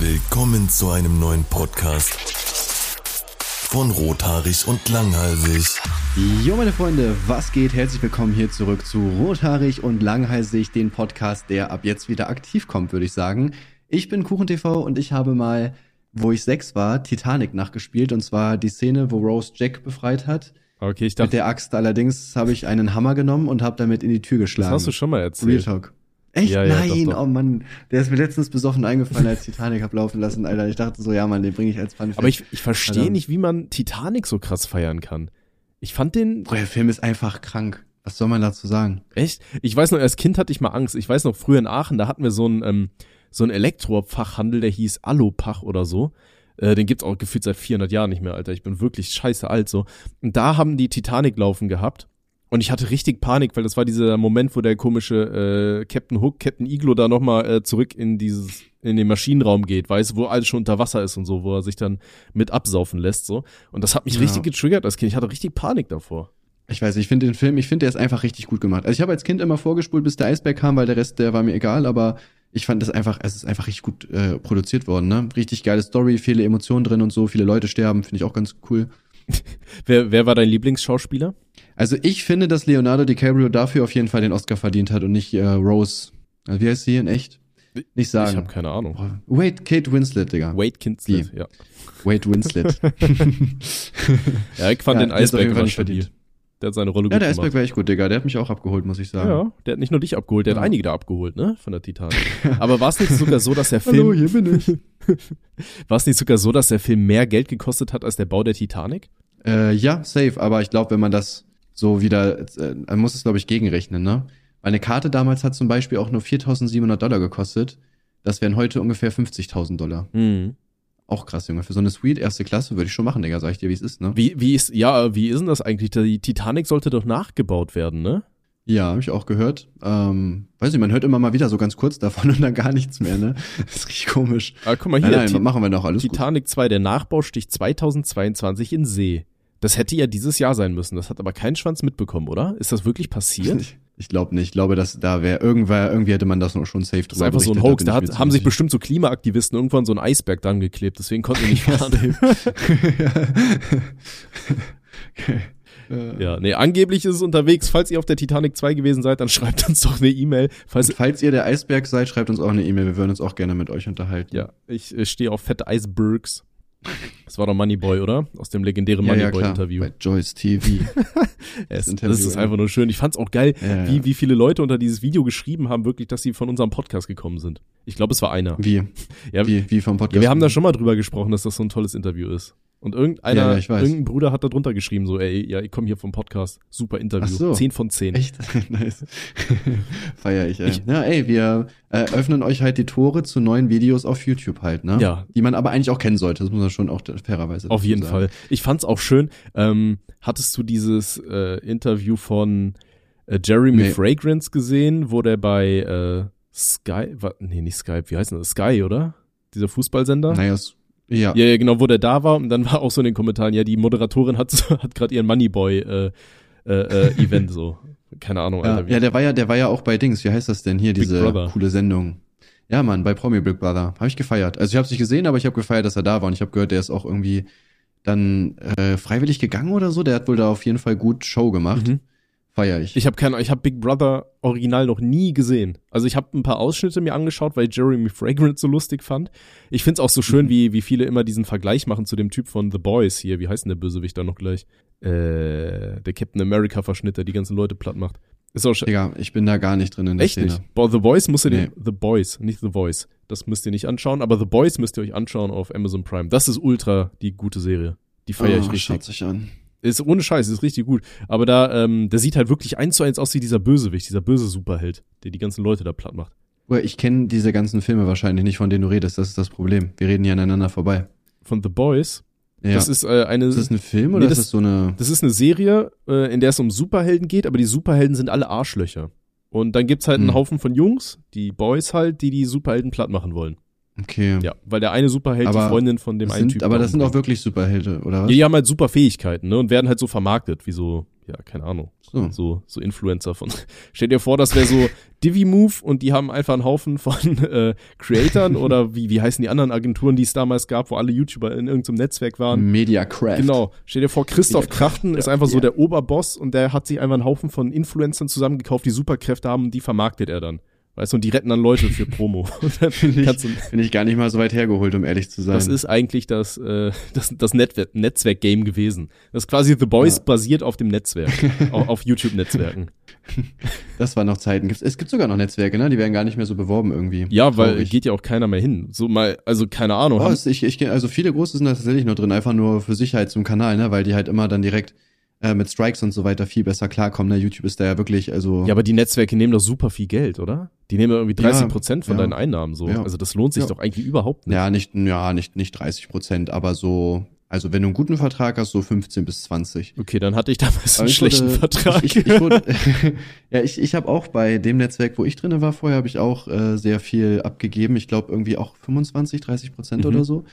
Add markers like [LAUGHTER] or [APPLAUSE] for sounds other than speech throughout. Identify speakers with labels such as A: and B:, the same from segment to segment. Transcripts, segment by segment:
A: Willkommen zu einem neuen Podcast von Rothaarig und Langhalsig.
B: Jo, meine Freunde, was geht? Herzlich willkommen hier zurück zu Rothaarig und Langhalsig, den Podcast, der ab jetzt wieder aktiv kommt, würde ich sagen. Ich bin KuchenTV und ich habe mal, wo ich sechs war, Titanic nachgespielt und zwar die Szene, wo Rose Jack befreit hat.
C: Okay, ich
B: Mit
C: dachte,
B: der Axt allerdings habe ich einen Hammer genommen und habe damit in die Tür
C: das
B: geschlagen.
C: hast du schon mal
B: Real
C: erzählt.
B: Talk. Echt?
C: Ja, ja, doch,
B: Nein,
C: doch.
B: oh Mann. Der ist mir letztens besoffen eingefallen, als ich Titanic [LAUGHS] hab laufen lassen, Alter. Ich dachte so, ja Mann, den bringe ich als Fun Fact.
C: Aber ich, ich verstehe
B: Verdammt.
C: nicht, wie man Titanic so krass feiern kann. Ich fand den
B: Boah, der Film ist einfach krank. Was soll man dazu sagen?
C: echt. Ich weiß noch, als Kind hatte ich mal Angst. Ich weiß noch, früher in Aachen, da hatten wir so einen, ähm, so einen Elektrofachhandel, der hieß Allopach oder so. Äh, den gibt's auch gefühlt seit 400 Jahren nicht mehr, Alter. Ich bin wirklich scheiße alt so. Und da haben die Titanic laufen gehabt. Und ich hatte richtig Panik, weil das war dieser Moment, wo der komische äh, Captain Hook, Captain Iglo da nochmal äh, zurück in dieses, in den Maschinenraum geht, weißt du, wo alles schon unter Wasser ist und so, wo er sich dann mit absaufen lässt, so. Und das hat mich
B: Ja.
C: richtig getriggert als Kind. Ich hatte richtig Panik davor.
B: Ich weiß, nicht, ich finde den Film, ich finde, der ist einfach richtig gut gemacht. Also ich habe als Kind immer vorgespult, bis der Eisberg kam, weil der Rest, der war mir egal, aber ich fand das einfach, es ist einfach richtig gut äh, produziert worden, ne? Richtig geile Story, viele Emotionen drin und so, viele Leute sterben, finde ich auch ganz cool.
C: Wer, wer war dein Lieblingsschauspieler?
B: Also ich finde, dass Leonardo DiCaprio dafür auf jeden Fall den Oscar verdient hat und nicht äh, Rose. Also wie heißt sie in echt? Nicht sagen.
C: Ich habe keine Ahnung.
B: Boah, Wait, Kate Winslet, Digga.
C: Wade Kinsley, ja.
B: Wade
C: [LAUGHS]
B: Winslet.
C: Ja, ich fand
B: Ja,
C: den
B: der ist auf jeden
C: Eisberg
B: Fall
C: war
B: nicht
C: stabil.
B: verdient.
C: Der hat seine Rolle
B: ja,
C: gut
B: der
C: gemacht.
B: Eisberg war echt gut, Digga. Der hat mich auch abgeholt, muss ich sagen.
C: Ja, der hat nicht nur dich abgeholt, der
B: Ja.
C: hat einige da abgeholt, ne? Von der Titanic. Aber war es nicht sogar
B: [LAUGHS]
C: so, dass der
B: Hallo,
C: Film,
B: hier bin ich.
C: war es nicht sogar so, dass der Film mehr Geld gekostet hat als der Bau der Titanic?
B: äh, ja, safe. Aber ich glaube, wenn man das so wieder, äh, man muss es, glaube ich, gegenrechnen, ne? Meine Karte damals hat zum Beispiel auch nur 4.700 Dollar gekostet. Das wären heute ungefähr 50.000 Dollar.
C: Mhm.
B: Auch krass, Junge. Für so eine Suite erste Klasse würde ich schon machen, Digga. Sag ich dir, wie es ist, ne?
C: Wie, wie ist, ja, wie ist denn das eigentlich? Die Titanic sollte doch nachgebaut werden, ne?
B: Ja, habe ich auch gehört. Ähm, weiß nicht, man hört immer mal wieder so ganz kurz davon [LAUGHS] und dann gar nichts mehr, ne? Das ist richtig komisch.
C: Ah, guck mal hier,
B: Nein, nein,
C: Ti-
B: machen wir noch alles gut.
C: Titanic 2, der Nachbau sticht 2022 in See. Das hätte ja dieses Jahr sein müssen. Das hat aber kein Schwanz mitbekommen, oder? Ist das wirklich passiert?
B: Ich, ich glaube nicht. Ich glaube, dass da wäre irgendwer, irgendwie hätte man das noch schon safe
C: Das ist einfach so ein Hoax.
B: berichtet,
C: Da
B: da bin ich
C: hat,
B: mir
C: haben sich
B: ziemlich
C: bestimmt so Klimaaktivisten irgendwann so einen Eisberg dran geklebt. Deswegen konnten wir
B: [LAUGHS]
C: nicht fahren.
B: sicher. okay.
C: Ja, nee, angeblich ist es unterwegs. Falls ihr auf der Titanic 2 gewesen seid, dann schreibt uns doch eine E-Mail.
B: Also,
C: Falls
B: falls ihr der Eisberg seid, schreibt uns auch eine E-Mail. Wir würden uns auch gerne mit euch unterhalten.
C: ja, ich äh, stehe auf fette Eisbergs. Das war doch Moneyboy, oder? Aus dem legendären
B: ja, ja klar.
C: Moneyboy-Interview.
B: Bei Joyce TV.
C: Es-
B: Interview,
C: das ist
B: ja.
C: einfach nur schön. Ich fand's auch geil,
B: Ja, ja.
C: wie, wie viele Leute unter dieses Video geschrieben haben, wirklich, dass sie von unserem Podcast gekommen sind. Ich glaube, es war einer.
B: Wie?
C: Ja,
B: Wie? Wie vom Podcast?
C: ja, wir haben da schon mal drüber gesprochen, dass das so ein tolles Interview ist. Und irgendeiner,
B: Ja, ja, ich weiß.
C: irgendein Bruder hat da drunter geschrieben, so, ey, ja, ich komme hier vom Podcast. Super Interview.
B: Ach so.
C: 10 von 10.
B: Echt? [LAUGHS] nice. Feier ich, ey.
C: Ich-
B: ja, ey, wir äh, öffnen euch halt die Tore zu neuen Videos auf YouTube halt, ne?
C: Ja.
B: Die man aber eigentlich auch kennen sollte. Das muss man schon auch fairerweise
C: Auf
B: dazu
C: jeden
B: sagen.
C: Fall. Ich fand's auch schön. Ähm, hattest du dieses äh, Interview von äh, Jeremy
B: Nee.
C: Fragrance gesehen, wo der bei äh, Sky, wa, nee, nicht Skype, wie heißt denn das? Sky, oder? Dieser Fußballsender?
B: Naja, es, ja.
C: Ja, ja, genau, wo der da war und dann war auch so in den Kommentaren, ja, die Moderatorin hat, so- [LAUGHS] hat gerade ihren Moneyboy äh, äh, äh, Event so. Keine Ahnung,
B: Ja,
C: Alter. wie-
B: ja, der war ja, der war ja auch bei Dings. Wie heißt das denn hier,
C: Big
B: diese
C: Brother.
B: coole Sendung? Ja, Mann, bei Promi Big Brother. Habe ich gefeiert. Also ich habe es nicht gesehen, aber ich habe gefeiert, dass er da war. Und ich habe gehört, der ist auch irgendwie dann äh, freiwillig gegangen oder so. Der hat wohl da auf jeden Fall gut Show gemacht.
C: Mhm.
B: Feier ich.
C: Ich habe keine, ich habe Big Brother Original noch nie gesehen. Also ich habe ein paar Ausschnitte mir angeschaut, weil Jeremy Fragrance so lustig fand. Ich find's auch so
B: Mhm.
C: schön, wie wie viele immer diesen Vergleich machen zu dem Typ von The Boys hier. Wie heißt denn der Bösewicht da noch gleich? Äh, der Captain America Verschnitt, der die ganzen Leute platt macht. Ist auch sch
B: Digga, ich bin da gar nicht drin in der
C: echt
B: Szene.
C: nicht. Boah, The Boys musst ihr den,
B: Nee.
C: The Boys, nicht The Voice. Das müsst ihr nicht anschauen, aber The Boys müsst ihr euch anschauen auf Amazon Prime. Das ist ultra die gute Serie. Die feiere ich
B: Oh,
C: richtig.
B: schaut sich an.
C: Ist ohne Scheiß, ist richtig gut. Aber da, ähm, der sieht halt wirklich eins zu eins aus wie dieser Bösewicht, dieser böse Superheld, der die ganzen Leute da platt macht.
B: Well, ich kenne diese ganzen Filme wahrscheinlich nicht, von denen du redest. Das ist das Problem. Wir reden hier aneinander vorbei.
C: Von The Boys.
B: Ja.
C: Das ist äh, eine.
B: ist das ein Film
C: Nee,
B: oder
C: das-
B: ist das so eine?
C: Das ist eine Serie, äh, in der es um Superhelden geht, aber die Superhelden sind alle Arschlöcher. Und dann gibt's halt einen
B: Hm.
C: Haufen von Jungs, die Boys halt, die die Superhelden platt machen wollen.
B: Okay.
C: Ja, weil der eine Superheld
B: Aber
C: die Freundin von dem
B: das
C: einen
B: sind,
C: Typen.
B: aber das sind auch
C: umbringt.
B: wirklich Superhelden, oder was?
C: Ja, die haben halt super Fähigkeiten, ne? Und werden halt so vermarktet, wie so, ja, keine Ahnung,
B: So.
C: so, so Influencer von. [LAUGHS] Stell dir vor, das wäre so Divi-Move und die haben einfach einen Haufen von [LAUGHS] äh, Creatern oder wie, wie heißen die anderen Agenturen, die es damals gab, wo alle YouTuber in irgendeinem Netzwerk waren.
B: Media Craft.
C: Genau. Stell dir vor, Christoph Krachten ist einfach so
B: ja.
C: der Oberboss und der hat sich einfach einen Haufen von Influencern zusammengekauft, die Superkräfte haben und die vermarktet er dann. Weißt du, und die retten dann Leute für Promo. [LAUGHS] Und dann
B: Finde
C: kannst du-
B: ich, bin ich gar nicht mal so weit hergeholt, um ehrlich zu sein.
C: das ist eigentlich das, äh, das, das Net Netzwerk-Game gewesen. Das ist quasi The Boys
B: Ja.
C: basiert auf
B: [LAUGHS]
C: dem Netzwerk, auf, auf YouTube-Netzwerken.
B: das waren noch Zeiten. Gibt's- Es gibt sogar noch Netzwerke, ne? Die werden gar nicht mehr so beworben irgendwie.
C: Ja, weil
B: Traurig.
C: geht ja auch keiner mehr hin. So mal, also keine Ahnung.
B: Oh,
C: haben-
B: es- ich, ich, kenn- also viele große sind da tatsächlich nur drin, einfach nur für Sicherheit zum Kanal, ne? Weil die halt immer dann direkt äh, mit Strikes und so weiter viel besser klarkommen. Ne? YouTube ist da ja wirklich, also
C: ja, aber die Netzwerke nehmen doch super viel Geld, oder? Die nehmen ja irgendwie 30 Prozent von
B: ja.
C: deinen Einnahmen so.
B: Ja.
C: Also das lohnt sich
B: Ja.
C: doch eigentlich überhaupt nicht.
B: ja, nicht, ja, nicht, nicht 30 Prozent, aber so, also wenn du einen guten Vertrag hast, so 15 bis 20.
C: Okay, dann hatte ich damals
B: Aber
C: einen
B: ich
C: schlechten
B: wurde-
C: Vertrag.
B: Ich, ich, ich wurde, [LAUGHS] ja, ich, ich habe auch bei dem Netzwerk, wo ich drinne war, vorher habe ich auch äh, sehr viel abgegeben. Ich glaube irgendwie auch 25, 30 Prozent
C: Mhm.
B: oder so.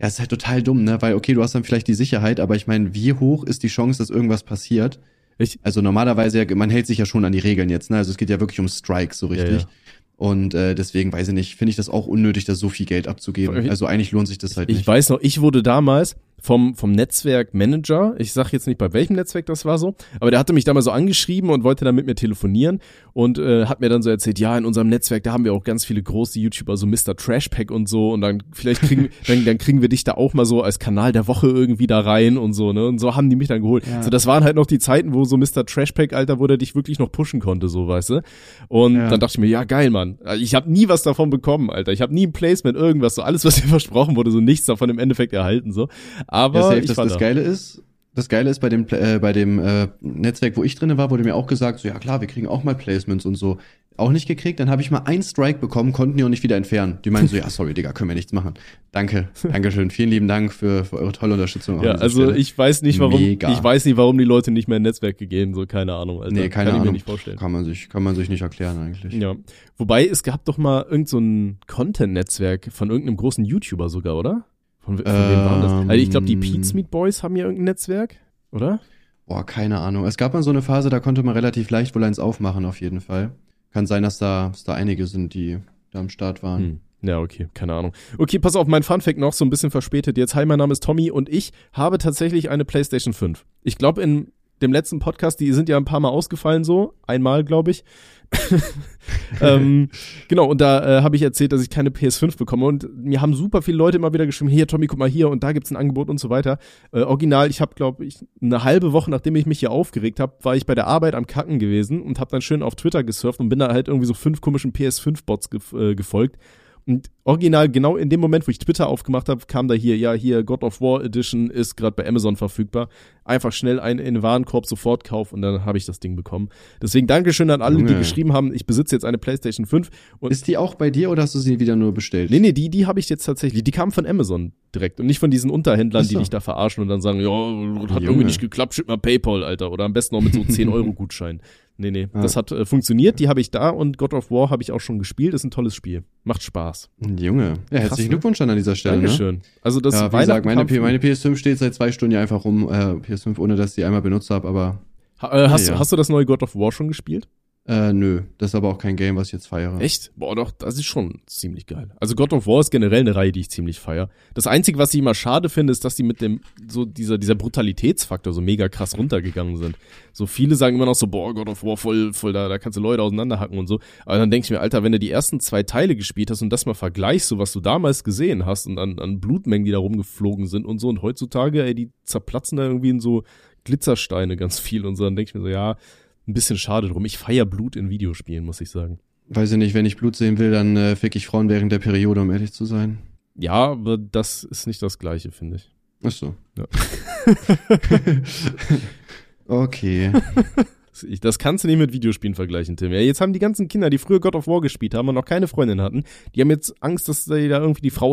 B: Ja, ist halt total dumm, ne? Weil, okay, du hast dann vielleicht die Sicherheit, aber ich meine, wie hoch ist die Chance, dass irgendwas passiert?
C: Ich-
B: also normalerweise, ja, man hält sich ja schon an die Regeln jetzt, ne? Also es geht ja wirklich um Strikes so
C: Ja,
B: richtig.
C: ja.
B: Und äh, deswegen weiß ich nicht, finde ich das auch unnötig, da so viel Geld abzugeben.
C: Äh, Ich-
B: Also eigentlich lohnt sich das halt
C: [LAUGHS] Ich
B: nicht.
C: weiß noch, ich wurde damals vom, vom Netzwerkmanager, ich sag jetzt nicht bei welchem Netzwerk das war so, aber der hatte mich damals so angeschrieben und wollte dann mit mir telefonieren und äh, hat mir dann so erzählt, ja, in unserem Netzwerk, da haben wir auch ganz viele große YouTuber, so Mr. Trashpack und so und dann
B: [LAUGHS]
C: vielleicht kriegen, dann, dann kriegen wir dich da auch mal so als Kanal der Woche irgendwie da rein und so, ne, und so haben die mich dann geholt.
B: Ja.
C: So, das waren halt noch die Zeiten, wo so Mr. Trashpack, Alter, wo der dich wirklich noch pushen konnte, so, weißt du. Und
B: Ja.
C: dann dachte ich mir, ja, geil, Mann. Ich habe nie was davon bekommen, Alter. Ich habe nie ein Placement, irgendwas, so alles, was mir [LAUGHS] versprochen wurde, so nichts davon im Endeffekt erhalten, so. Aber
B: Ja, safe,
C: ich
B: das,
C: war
B: das
C: da.
B: Geile ist, das Geile ist bei dem, Pla- äh, bei dem äh, Netzwerk, wo ich drinne war, wurde mir auch gesagt, so ja klar, wir kriegen auch mal Placements und so. Auch nicht gekriegt, dann habe ich mal einen Strike bekommen, konnten die auch nicht wieder entfernen. Die meinen so, ja, sorry, Digga, können wir nichts machen.
C: [LAUGHS]
B: Danke, Dankeschön, vielen lieben Dank für, für eure tolle Unterstützung. an
C: Ja,
B: dieser
C: also
B: Stelle.
C: ich weiß nicht, warum,
B: Mega.
C: ich weiß nicht, warum die Leute nicht mehr in Netzwerke gehen, so, keine Ahnung, Alter.
B: nee, keine
C: Kann ich
B: Ahnung,
C: mir nicht vorstellen.
B: kann man sich, kann man sich nicht erklären eigentlich.
C: Ja. Wobei, es gab doch mal irgend so ein Content-Netzwerk von irgendeinem großen YouTuber sogar, oder? Von, von wem war das?
B: Ähm.
C: Also ich glaube, die Pete's Meat Boys haben ja irgendein Netzwerk, oder?
B: Boah, keine Ahnung. Es gab mal so eine Phase, da konnte man relativ leicht wohl eins aufmachen auf jeden Fall. Kann sein, dass da, dass da einige sind, die da am Start waren.
C: Hm. Ja, okay, keine Ahnung. Okay, pass auf, mein Funfact noch so ein bisschen verspätet. Jetzt, hi, mein Name ist Tommy und ich habe tatsächlich eine PlayStation 5. Ich glaube, in dem letzten Podcast, die sind ja ein paar Mal ausgefallen so, einmal, glaube ich. [LAUGHS] ähm, genau, und da äh, habe ich erzählt, dass ich keine PS5 bekomme und mir haben super viele Leute immer wieder geschrieben, hier, Tommy, guck mal hier und da gibt's ein Angebot und so weiter. Äh, original, ich habe, glaube ich, eine halbe Woche, nachdem ich mich hier aufgeregt habe, war ich bei der Arbeit am Kacken gewesen und habe dann schön auf Twitter gesurft und bin da halt irgendwie so fünf komischen PS5-Bots gef äh, gefolgt. Und original, genau in dem Moment, wo ich Twitter aufgemacht habe, kam da hier, ja, hier, God of War Edition ist gerade bei Amazon verfügbar. Einfach schnell ein in den Warenkorb, sofort kauf und dann habe ich das Ding bekommen. Deswegen Dankeschön an alle, die
B: Junge.
C: geschrieben haben, ich besitze jetzt eine PlayStation 5 und
B: Ist die auch bei dir oder hast du sie wieder nur bestellt?
C: Nee, nee, die, die habe ich jetzt tatsächlich. Die kamen von Amazon direkt und nicht von diesen Unterhändlern,
B: Ach so.
C: die dich da verarschen und dann sagen, ja, hat irgendwie
B: Junge.
C: nicht geklappt, schick mal PayPal, Alter. Oder am besten noch mit
B: [LAUGHS]
C: so 10-Euro-Gutschein. Nee, nee,
B: Ja.
C: das hat äh, funktioniert, die habe ich da und God of War habe ich auch schon gespielt. Ist ein tolles Spiel. Macht Spaß.
B: Junge. Ja, herzlichen
C: ne?
B: Glückwunsch dann an dieser Stelle. Ne?
C: Dankeschön. Also das
B: Ja, wie
C: Weihnachten
B: gesagt, meine,
C: kam
B: P
C: früh.
B: meine PS5 steht seit zwei Stunden hier einfach rum. Äh, PS5, ohne dass ich die einmal benutzt habe, aber
C: ha, äh, hast,
B: Ja, ja.
C: Du, hast du das neue God of War schon gespielt?
B: äh, nö. Das ist aber auch kein Game, was ich jetzt feiere.
C: Echt? Boah, doch, das ist schon ziemlich geil. Also God of War ist generell eine Reihe, die ich ziemlich feier. Das Einzige, was ich immer schade finde, ist, dass die mit dem, so dieser, dieser Brutalitätsfaktor so mega krass runtergegangen sind. So viele sagen immer noch so, boah, God of War, voll, voll, da, da kannst du Leute auseinanderhacken und so. Aber dann denke ich mir, Alter, wenn du die ersten zwei Teile gespielt hast und das mal vergleichst, so was du damals gesehen hast und an, an Blutmengen, die da rumgeflogen sind und so und heutzutage, ey, die zerplatzen da irgendwie in so Glitzersteine ganz viel und so, dann denke ich mir so, ja, ein bisschen schade drum. Ich feier Blut in Videospielen, muss ich sagen.
B: Weiß ich nicht, wenn ich Blut sehen will, dann äh, fick ich Frauen während der Periode, um ehrlich zu sein.
C: Ja, aber das ist nicht das Gleiche, finde ich.
B: Ach so. [LAUGHS]
C: Ja.
B: okay.
C: Das- ich. Das kannst du nicht mit Videospielen vergleichen, Tim. Ja, jetzt haben die ganzen Kinder, die früher God of War gespielt haben und noch keine Freundin hatten, die haben jetzt Angst, dass sie da irgendwie die Frau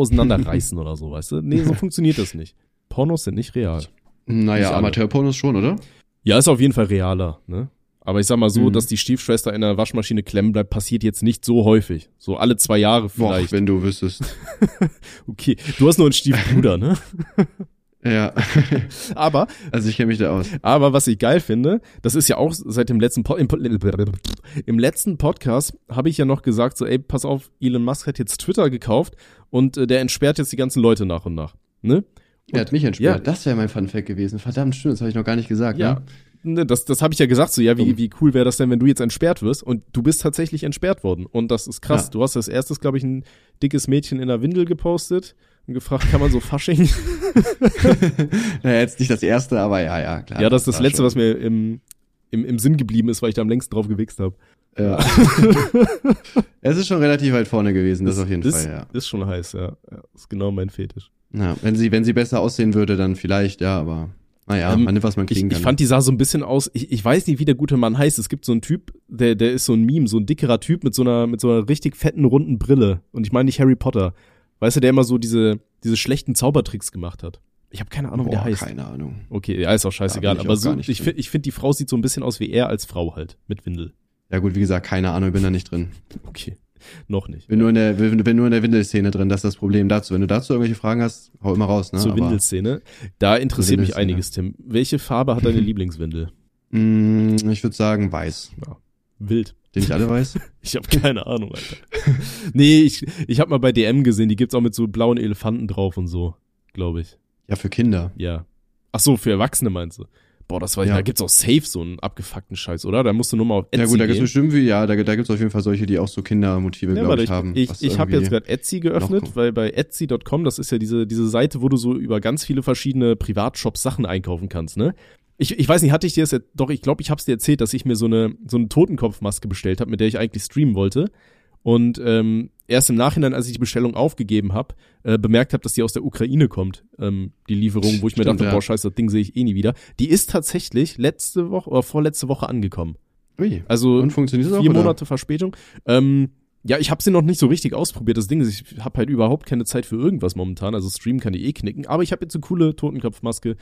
B: [LAUGHS]
C: auseinanderreißen oder so, weißt du? Nee, so funktioniert das nicht. Pornos sind nicht real. Nicht
B: Naja,
C: alle.
B: Amateurpornos schon, oder?
C: Ja, ist auf jeden Fall realer, ne? Aber ich sag mal so,
B: Mhm.
C: dass die Stiefschwester in der Waschmaschine klemmen bleibt, passiert jetzt nicht so häufig. So alle zwei Jahre
B: Boah,
C: vielleicht.
B: wenn du wüsstest.
C: okay, du hast nur einen
B: [LAUGHS]
C: Stiefbruder, ne?
B: Ja, [LAUGHS]
C: Aber
B: also ich kenne mich da aus.
C: Aber was ich geil finde, das ist ja auch seit dem letzten po im, im letzten Podcast habe ich ja noch gesagt, so ey, pass auf, Elon Musk hat jetzt Twitter gekauft und äh, der entsperrt jetzt die ganzen Leute nach und nach, ne?
B: Er hat mich entsperrt.
C: Ja.
B: Das wäre mein Fun Fact gewesen. Verdammt, stimmt, das habe ich noch gar nicht gesagt.
C: Ja.
B: Ne?
C: Ne, Das, das habe ich ja gesagt, so ja, wie,
B: Dumm.
C: wie cool wäre das denn, wenn du jetzt entsperrt wirst und du bist tatsächlich entsperrt worden und das ist krass.
B: Ja.
C: Du hast als erstes, glaube ich, ein dickes Mädchen in der Windel gepostet und gefragt, kann man so Fasching?
B: Naja, jetzt nicht das erste, aber ja, [LAUGHS] ja, klar.
C: ja, das ist das
B: war
C: Letzte,
B: schon-
C: was mir im, im, im Sinn geblieben ist, weil ich da am längsten drauf gewichst habe.
B: Ja. [LAUGHS] es ist schon relativ weit vorne gewesen, das, auf jeden
C: ist,
B: Fall,
C: Ist schon heiß, ja. ja. Ist genau mein Fetisch.
B: ja. ja. Wenn sie, wenn sie besser aussehen würde, dann vielleicht, ja, aber naja,
C: Ähm,
B: man nimmt, was man
C: Ich,
B: kriegen
C: ich
B: kann.
C: fand, die sah so ein bisschen aus, ich, ich weiß nicht, wie der gute Mann heißt. Es gibt so einen Typ, der, der ist so ein Meme, so ein dickerer Typ mit so einer, mit so einer richtig fetten, runden Brille. Und ich meine nicht Harry Potter. Weißt du, der immer so diese, diese schlechten Zaubertricks gemacht hat. Ich habe keine Ahnung, wie der
B: Boah,
C: heißt.
B: keine Ahnung.
C: Okay, ja, ist auch scheißegal.
B: bin ich
C: aber
B: auch
C: so,
B: gar nicht
C: ich,
B: drin.
C: fi- ich finde, die Frau sieht so ein bisschen aus wie er als Frau halt, mit Windel.
B: Ja gut, wie gesagt, keine Ahnung, ich bin da nicht drin.
C: Okay, [LAUGHS] noch nicht.
B: Bin nur in der, bin, bin nur in der Windelszene drin, das ist das Problem dazu. Wenn du dazu irgendwelche Fragen hast, hau immer raus, ne?
C: Zur
B: Aber,
C: Windelszene. Da interessiert mich
B: Windelszene.
C: einiges, Tim. Welche Farbe
B: [LAUGHS]
C: hat deine Lieblingswindel?
B: mh, mm, ich würde sagen, weiß.
C: Wild.
B: Den ich alle
C: [LAUGHS]
B: weiß.
C: Ich habe keine Ahnung, Alter. [LAUGHS] nee, ich, ich habe mal bei DM gesehen, die gibt's auch mit so blauen Elefanten drauf und so, glaube ich.
B: Ja, für Kinder.
C: Ja. Ach so, für Erwachsene meinst du? Boah, das war ja.
B: Ja.
C: da gibt's auch safe so einen abgefuckten Scheiß, oder? Da musst du nur mal auf Etsy
B: ja gut, da gibt es
C: gehen.
B: bestimmt wie, ja, da, da gibt es auf jeden Fall solche, die auch so Kindermotive,
C: Ja,
B: glaube
C: warte,
B: ich, haben.
C: ich,
B: was
C: ich, ich habe jetzt
B: irgendwie-
C: gerade Etsy geöffnet,
B: kommt.
C: weil bei Etsy.com, das ist ja diese, diese Seite, wo du so über ganz viele verschiedene Privatshops Sachen einkaufen kannst, ne? Ich, ich weiß nicht, hatte ich dir das, jetzt- doch, ich glaube, ich habe es dir erzählt, dass ich mir so eine, so eine Totenkopfmaske bestellt habe, mit der ich eigentlich streamen wollte. Und ähm, erst im Nachhinein, als ich die Bestellung aufgegeben habe, äh, bemerkt habe, dass die aus der Ukraine kommt, ähm, die Lieferung, wo ich mir
B: Stimmt,
C: dachte,
B: ja.
C: boah, scheiße, das Ding sehe ich eh nie wieder. Die ist tatsächlich letzte Woche oder vorletzte Woche angekommen.
B: Ui.
C: Also
B: Und funktioniert es auch,
C: vier
B: oder?
C: Monate Verspätung. Ähm, ja, ich habe sie noch nicht so richtig ausprobiert. Das Ding ist, ich habe halt überhaupt keine Zeit für irgendwas momentan. Also Stream kann ich eh knicken. Aber ich habe jetzt eine coole Totenkopfmaske.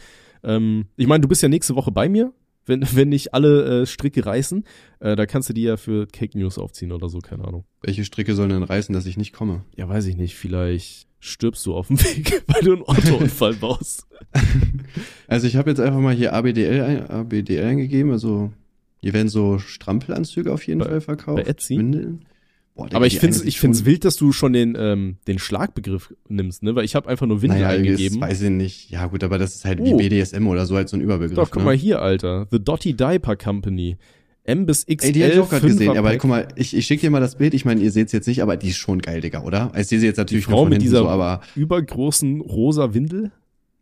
C: Ähm, ich meine, du bist ja nächste Woche bei mir, wenn, [LAUGHS] wenn nicht alle äh, Stricke reißen. Äh, da kannst du die ja für Cake News aufziehen oder so, keine Ahnung.
B: Welche Stricke sollen denn reißen, dass ich nicht komme?
C: Ja, weiß ich nicht. Vielleicht stirbst du auf dem [LAUGHS] Weg, weil du
B: [LAUGHS]
C: einen Autounfall baust.
B: Also ich habe jetzt einfach mal hier ABDL, ein- ABDL eingegeben, also hier werden so Strampelanzüge auf jeden
C: Bei-
B: Fall verkauft.
C: bei Etsy?
B: Windeln. Boah, da
C: Aber
B: geht die
C: ich
B: eine
C: finde es
B: sich
C: ich find's
B: schon-
C: wild, dass du schon den, ähm, den Schlagbegriff nimmst, ne? Weil ich habe einfach nur Windel
B: naja,
C: eingegeben.
B: Das weiß ich nicht. Ja gut, aber das ist halt wie
C: Oh.
B: BDSM oder so, halt so ein Überbegriff.
C: Doch, guck
B: ne?
C: mal hier, Alter. The Dotty Diaper Company. M bis XL.
B: Ey, die hab ich auch gerade gesehen, aber
C: Fünferpack.
B: guck mal, ich, ich schicke dir mal das Bild. Ich meine, ihr seht es jetzt nicht, aber die ist schon geil, Digga, oder? Also, Ich sehe sie jetzt natürlich
C: Die
B: nur
C: Frau
B: von
C: Genau mit
B: hinten
C: dieser-
B: so, aber
C: Übergroßen
B: [LAUGHS]
C: rosa Windel.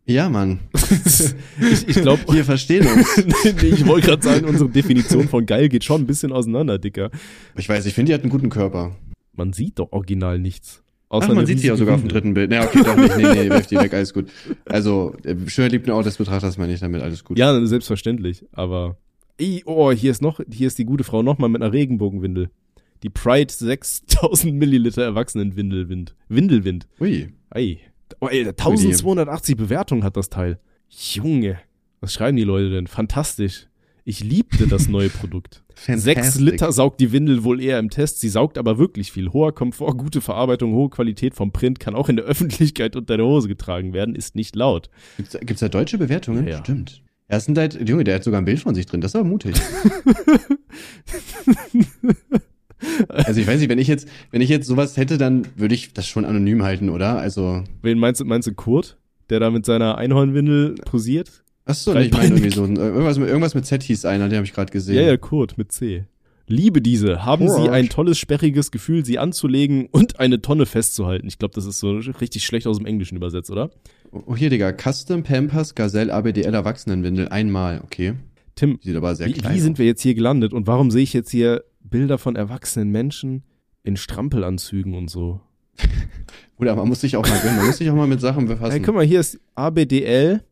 B: ja, Mann.
C: ich ich glaube,
B: [LAUGHS] Wir verstehen uns.
C: [LAUGHS] nee, nee, ich wollte gerade sagen, unsere Definition von geil geht schon ein bisschen auseinander, Dicker.
B: Ich weiß, ich finde, die hat einen guten Körper.
C: Man sieht doch original nichts.
B: Ach,
C: Außer
B: man
C: eine
B: sieht sie ja
C: riesige
B: sogar auf dem
C: Windel.
B: dritten Bild. Nee, okay, doch nicht. Nee, nee, [LAUGHS] wirf die weg, alles gut. Also, äh, schöner liebten Auge des Betrachters meine ich damit, alles gut.
C: Ja, selbstverständlich, aber. Ih, oh, hier ist noch, hier ist die gute Frau nochmal mit einer Regenbogenwindel. Die Pride 6000 Milliliter Erwachsenenwindelwind. Windelwind.
B: Ui.
C: Ei. Oh, ey, 1280 Bewertungen hat das Teil. Junge, was schreiben die Leute denn? Fantastisch. Ich liebte das neue Produkt. Sechs
B: Fantastic.
C: Liter saugt die Windel wohl eher im Test. Sie saugt aber wirklich viel. Hoher Komfort, gute Verarbeitung, hohe Qualität vom Print kann auch in der [LAUGHS] Öffentlichkeit unter der Hose getragen werden, ist nicht laut.
B: Gibt's, da- gibt's da deutsche Bewertungen?
C: Ja, ja.
B: Stimmt. Er ist ein Deit- Junge, der hat sogar ein Bild von sich drin. Das ist aber
C: [LAUGHS]
B: mutig. also ich weiß nicht, wenn ich jetzt, wenn ich jetzt sowas hätte, dann würde ich das schon anonym halten, oder? Also,
C: Wen meinst du, meinst du Kurt, der da mit seiner Einhornwindel posiert?
B: ach so, nee, ich meine irgendwie
C: Dreibeinig.
B: so ein- irgendwas mit, irgendwas mit Z hieß einer, den habe ich gerade gesehen.
C: Ja, ja, Kurt mit C. Liebe diese. Haben Sie
B: Kurt.
C: ein tolles, sperriges Gefühl, sie anzulegen und eine Tonne festzuhalten. Ich glaube, das ist so richtig schlecht aus dem Englischen übersetzt, oder?
B: Oh, hier, Digga, Custom Pampers Gazelle ABDL Erwachsenenwindel einmal, okay.
C: Tim,
B: Sieht aber sehr
C: wie,
B: klein
C: wie sind
B: aus.
C: wir jetzt hier gelandet und warum sehe ich jetzt hier Bilder von erwachsenen Menschen in Strampelanzügen und so?
B: Oder man muss sich auch mal gönnen, man muss sich auch mal mit Sachen befassen.
C: Hey, guck mal, hier ist ABDL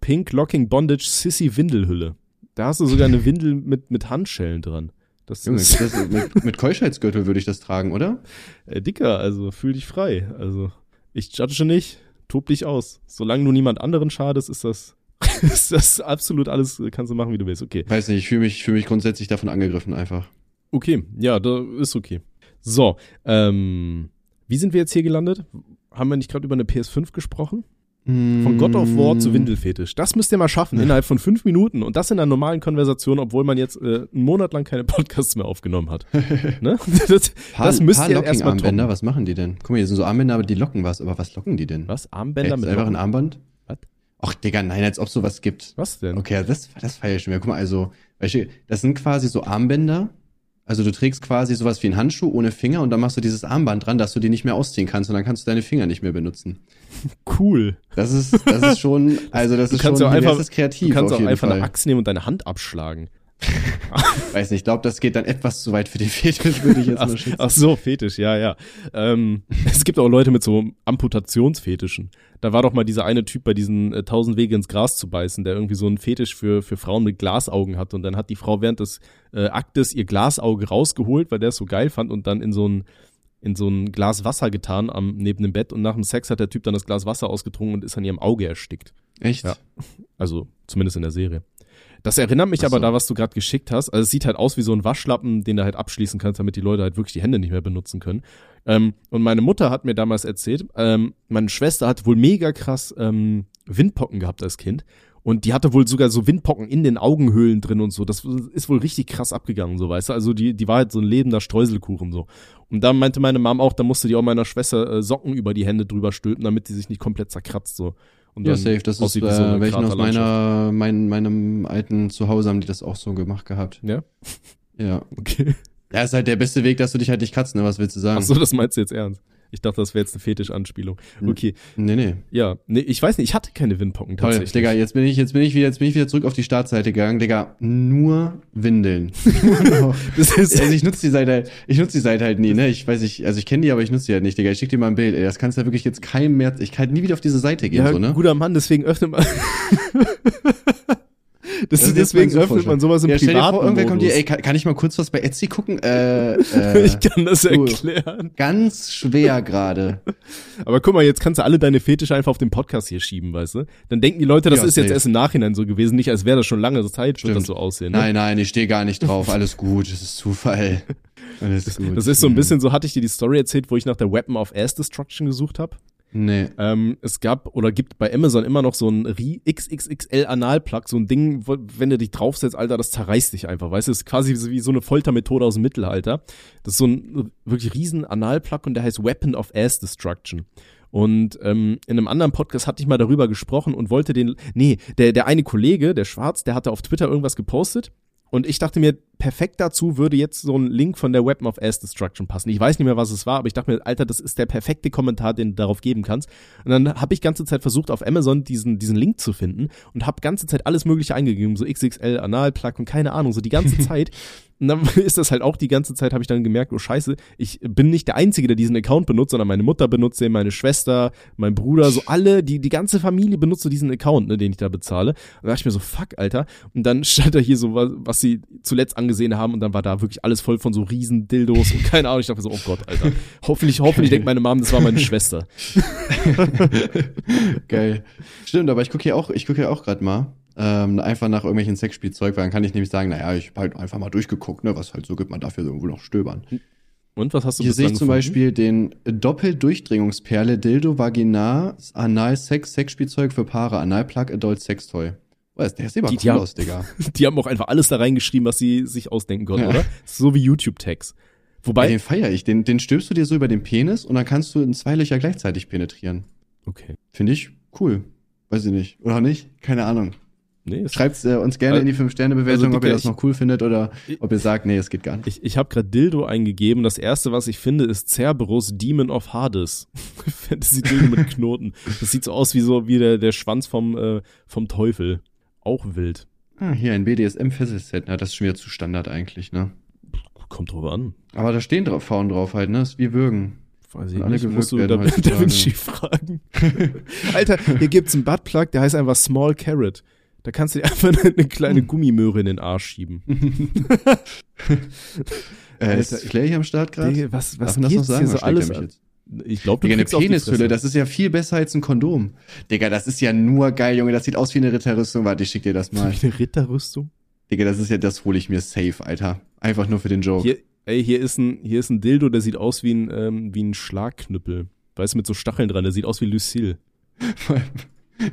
C: Pink Locking Bondage Sissy Windelhülle. Da hast du sogar eine Windel mit, mit Handschellen dran. Das
B: Junge,
C: ist
B: das, mit, mit Keuschheitsgürtel würde ich das tragen, oder?
C: äh, dicker, also fühl dich frei. Also ich judge nicht, tob dich aus. Solange du niemand anderen schadest, ist das [LAUGHS] das ist absolut alles, kannst du machen, wie du willst. Okay.
B: Weiß nicht, ich fühle mich, ich fühl mich grundsätzlich davon angegriffen einfach.
C: Okay, ja, da ist okay. So, ähm, wie sind wir jetzt hier gelandet? Haben wir nicht gerade über eine PS5 gesprochen? Von God of War
B: Mm.
C: zu Windelfetisch. Das müsst ihr mal schaffen, innerhalb von fünf Minuten. Und das in einer normalen Konversation, obwohl man jetzt äh, einen Monat lang keine Podcasts mehr
B: [LAUGHS]
C: aufgenommen hat. ne? [LAUGHS] das,
B: Paar,
C: das müsst
B: paar
C: ihr erstmal tun.
B: Locking-Armbänder, was machen die denn? Guck mal, hier sind so Armbänder, aber die locken was. Aber was locken die denn?
C: Was?
B: Hä,
C: Armbänder
B: ist
C: mit
B: einfach ein
C: Locken?
B: Armband?
C: Was?
B: Och, Digga, nein, als ob sowas gibt.
C: Was denn?
B: Okay, also das, das feier ich schon wieder. Guck mal, also, weißt du, das sind quasi so Armbänder. Also du trägst quasi sowas wie einen Handschuh ohne Finger und dann machst du dieses Armband dran, dass du die nicht mehr ausziehen kannst und dann kannst du deine Finger nicht mehr benutzen.
C: Cool.
B: Das ist, das ist
C: [LAUGHS]
B: schon, also das
C: Du
B: ist
C: kannst
B: schon
C: ja auch einfach-
B: das ist kreativ
C: Du kannst
B: auf
C: auch
B: jeden
C: einfach
B: Fall.
C: eine Axt nehmen und deine Hand abschlagen.
B: Weiß nicht, ich glaube, das geht dann etwas zu weit für [LAUGHS] den Fetisch, würde ich jetzt
C: Ach,
B: mal schätzen.
C: ach so, Fetisch, ja, ja. Ähm, [LAUGHS] es gibt auch Leute mit so Amputationsfetischen. Da war doch mal dieser eine Typ bei diesen äh, 1000 Wege ins Gras zu beißen, der irgendwie so einen Fetisch für, für Frauen mit Glasaugen hat. Und dann hat die Frau während des äh, Aktes ihr Glasauge rausgeholt, weil der es so geil fand und dann in so ein in so ein Glas Wasser getan am, neben dem Bett und nach dem Sex hat der Typ dann das Glas Wasser ausgetrunken und ist an ihrem Auge erstickt.
B: Echt?
C: Ja. Also zumindest in der Serie. Das erinnert mich
B: Ach
C: aber
B: so.
C: da, was du gerade geschickt hast. Also es sieht halt aus wie so ein Waschlappen, den du halt abschließen kannst, damit die Leute halt wirklich die Hände nicht mehr benutzen können. Ähm, und meine Mutter hat mir damals erzählt, ähm, meine Schwester hat wohl mega krass ähm, Windpocken gehabt als Kind. Und die hatte wohl sogar so Windpocken in den Augenhöhlen drin und so. Das ist wohl richtig krass abgegangen, so weißt du. Also die, die war halt so ein lebender Streuselkuchen so. Und da meinte meine Mom auch, da musste die auch meiner Schwester äh, Socken über die Hände drüber stülpen, damit die sich nicht komplett zerkratzt so. Und
B: Ja,
C: dann
B: safe. Das ist,
C: aussieht wie so eine
B: äh, welchen aus
C: Kraterlandschaft.
B: meiner, mein, meinem alten Zuhause haben die das auch so gemacht gehabt.
C: Ja?
B: Ja. [LAUGHS]
C: Okay.
B: Ja, ist halt der beste Weg, dass du dich halt nicht kratzt, ne? Was willst du sagen?
C: Ach so, das meinst du jetzt ernst? Ich dachte, das wäre jetzt eine Fetischanspielung.
B: Hm.
C: Okay,
B: Nee, nee.
C: ja. Nee, ich weiß nicht, ich hatte keine Windpocken
B: Toll,
C: tatsächlich.
B: Digga, jetzt bin ich, jetzt bin ich wieder, jetzt bin ich wieder zurück auf die Startseite gegangen. Digga, nur
C: [LAUGHS]
B: Windeln. Nur noch.
C: Das ist,
B: also ich nutze die Seite halt, ich nutze die Seite halt nie, ne? Ich weiß nicht, also ich kenne die, aber ich nutze die halt nicht, Digga. Ich schick dir mal ein Bild, ey. Das kannst du ja wirklich jetzt keinem mehr, ich kann nie wieder auf diese Seite gehen,
C: ja,
B: so, ne?
C: guter Mann, deswegen
B: [LAUGHS]
C: öffnet man. [LAUGHS] das
B: Das
C: ist
B: ist jetzt
C: deswegen
B: mein
C: öffnet
B: Suchvorschlag.
C: man sowas im
B: ja, stell dir
C: privaten
B: vor, irgendwer kommt
C: Modus.
B: dir, ey, kann, kann ich mal kurz was bei Etsy gucken?
C: [LAUGHS]
B: Äh, äh,
C: Ich kann das
B: Cool.
C: erklären.
B: ganz schwer gerade.
C: Aber guck mal, jetzt kannst du alle deine Fetische einfach auf den Podcast hier schieben, weißt du? Dann denken die Leute, das
B: Ja,
C: ist jetzt
B: safe.
C: erst im Nachhinein so gewesen, nicht als wäre das schon lange Zeit, wird
B: Stimmt.
C: das so aussehen. Ne?
B: Nein, nein, ich stehe gar nicht drauf. Alles gut, es ist Zufall. Alles gut.
C: Das ist so ein bisschen, so hatte ich dir die Story erzählt, wo ich nach der Weapon of Ass Destruction gesucht habe.
B: Nee. [LAUGHS]
C: Ähm, es gab oder gibt bei Amazon immer noch so ein Ri- XXXL Analplug, so ein Ding, wo, wenn du dich draufsetzt, Alter, das zerreißt dich einfach, weißt du, es ist quasi so wie so eine Foltermethode aus dem Mittelalter. Das ist so ein wirklich riesen Analplug und der heißt Weapon of Ass Destruction. Und ähm, in einem anderen Podcast hatte ich mal darüber gesprochen und wollte den, nee, der, der eine Kollege, der Schwarz, der hatte auf Twitter irgendwas gepostet und ich dachte mir, perfekt dazu würde jetzt so ein Link von der Weapon of Ass Destruction passen. Ich weiß nicht mehr, was es war, aber ich dachte mir, Alter, das ist der perfekte Kommentar, den du darauf geben kannst. Und dann habe ich ganze Zeit versucht, auf Amazon diesen, diesen Link zu finden und habe ganze Zeit alles Mögliche eingegeben, so XXL, Analplug und keine Ahnung, so die ganze [LAUGHS] Zeit. Und dann [LAUGHS] ist das halt auch die ganze Zeit, habe ich dann gemerkt, oh scheiße, ich bin nicht der Einzige, der diesen Account benutzt, sondern meine Mutter benutzt den, meine Schwester, mein Bruder, so alle, die, die ganze Familie benutzt so diesen Account, ne, den ich da bezahle. Und da dachte ich mir so, fuck, Alter. Und dann [LAUGHS] stand da hier so, was, was sie zuletzt angesehen haben und dann war da wirklich alles voll von so riesen Dildos und keine Ahnung. Ich dachte mir so, oh Gott, Alter. Hoffentlich, hoffentlich denkt meine Mom, das war meine Schwester.
B: Geil. Stimmt, aber ich gucke hier auch, ich gucke hier auch gerade mal. Ähm, einfach nach irgendwelchen Sexspielzeug, weil dann kann ich nämlich sagen, naja, ich hab halt einfach mal durchgeguckt, ne, was halt so gibt, man darf ja irgendwo noch stöbern.
C: Und was hast du
B: Hier sehe
C: bislang
B: ich zum
C: gefunden?
B: Beispiel den Doppeldurchdringungsperle Dildo Vagina Anal Sex Sexspielzeug für Paare Anal Plug Adult Sextoy. Oh, das- der sieht aber
C: Die-
B: cool
C: die haben-
B: aus, Digga.
C: [LAUGHS] Die haben auch einfach alles da reingeschrieben, was sie sich ausdenken konnten,
B: Ja.
C: oder? So wie YouTube-Tags.
B: Bei
C: Wobei.
B: den feier ich. Den, den stülpst du dir so über den Penis und dann kannst du in zwei Löcher gleichzeitig penetrieren.
C: Okay.
B: Finde ich cool. Weiß ich nicht. Oder nicht? Keine Ahnung.
C: Nee, ist
B: Schreibt äh, uns gerne
C: Also,
B: in die 5-Sterne-Bewertung,
C: also,
B: ob ihr
C: Dicker,
B: das
C: ich-
B: noch cool findet oder
C: Ich-
B: ob ihr sagt, nee, es geht gar nicht.
C: Ich, ich habe gerade Dildo eingegeben. Das erste, was ich finde, ist Cerberus Demon of Hades. [LAUGHS] Fantasy Dildo mit Knoten. Das sieht so aus wie so wie der, der Schwanz vom, äh, vom Teufel. Auch wild.
B: Ah, hier ein BDSM-Fesselset. Na, das ist schon wieder zu Standard eigentlich, ne?
C: Kommt drüber an.
B: Aber da stehen drauf, Frauen drauf halt, ne? Ist wie Würgen.
C: Weiß
B: Und
C: ich
B: alle
C: nicht, musst du
B: gewürgt
C: da,
B: werden heutzutage.
C: da Vinci fragen. [LAUGHS] Alter, hier gibt's einen Buttplug, der heißt einfach Small Carrot. Da kannst du dir einfach eine kleine
B: Hm.
C: Gummimöhre in den Arsch schieben.
B: Äh,
C: Alter,
B: ist Flair hier am Start gerade?
C: Digga, was
B: Darf
C: was
B: man das noch
C: gibt's
B: sagen?
C: hier so
B: oder schlägt er
C: alles
B: mich
C: an?
B: jetzt?
C: Ich glaube, du
B: Digga, eine
C: kriegst auf die
B: Penishülle,
C: Fresse.
B: das ist ja viel besser als ein Kondom. Digga, das ist ja nur geil, Junge. Das sieht aus wie eine Ritterrüstung. Warte, ich schick dir das
C: [LAUGHS]
B: mal.
C: Wie eine Ritterrüstung.
B: Digga, das ist ja, das hole ich mir safe, Alter. Einfach nur für den Joke. [LAUGHS]
C: Hier, ey, hier ist, ein, hier ist ein Dildo, der sieht aus wie ein, ähm, wie ein Schlagknüppel. Weißt du, mit so Stacheln dran, der sieht aus wie Lucille.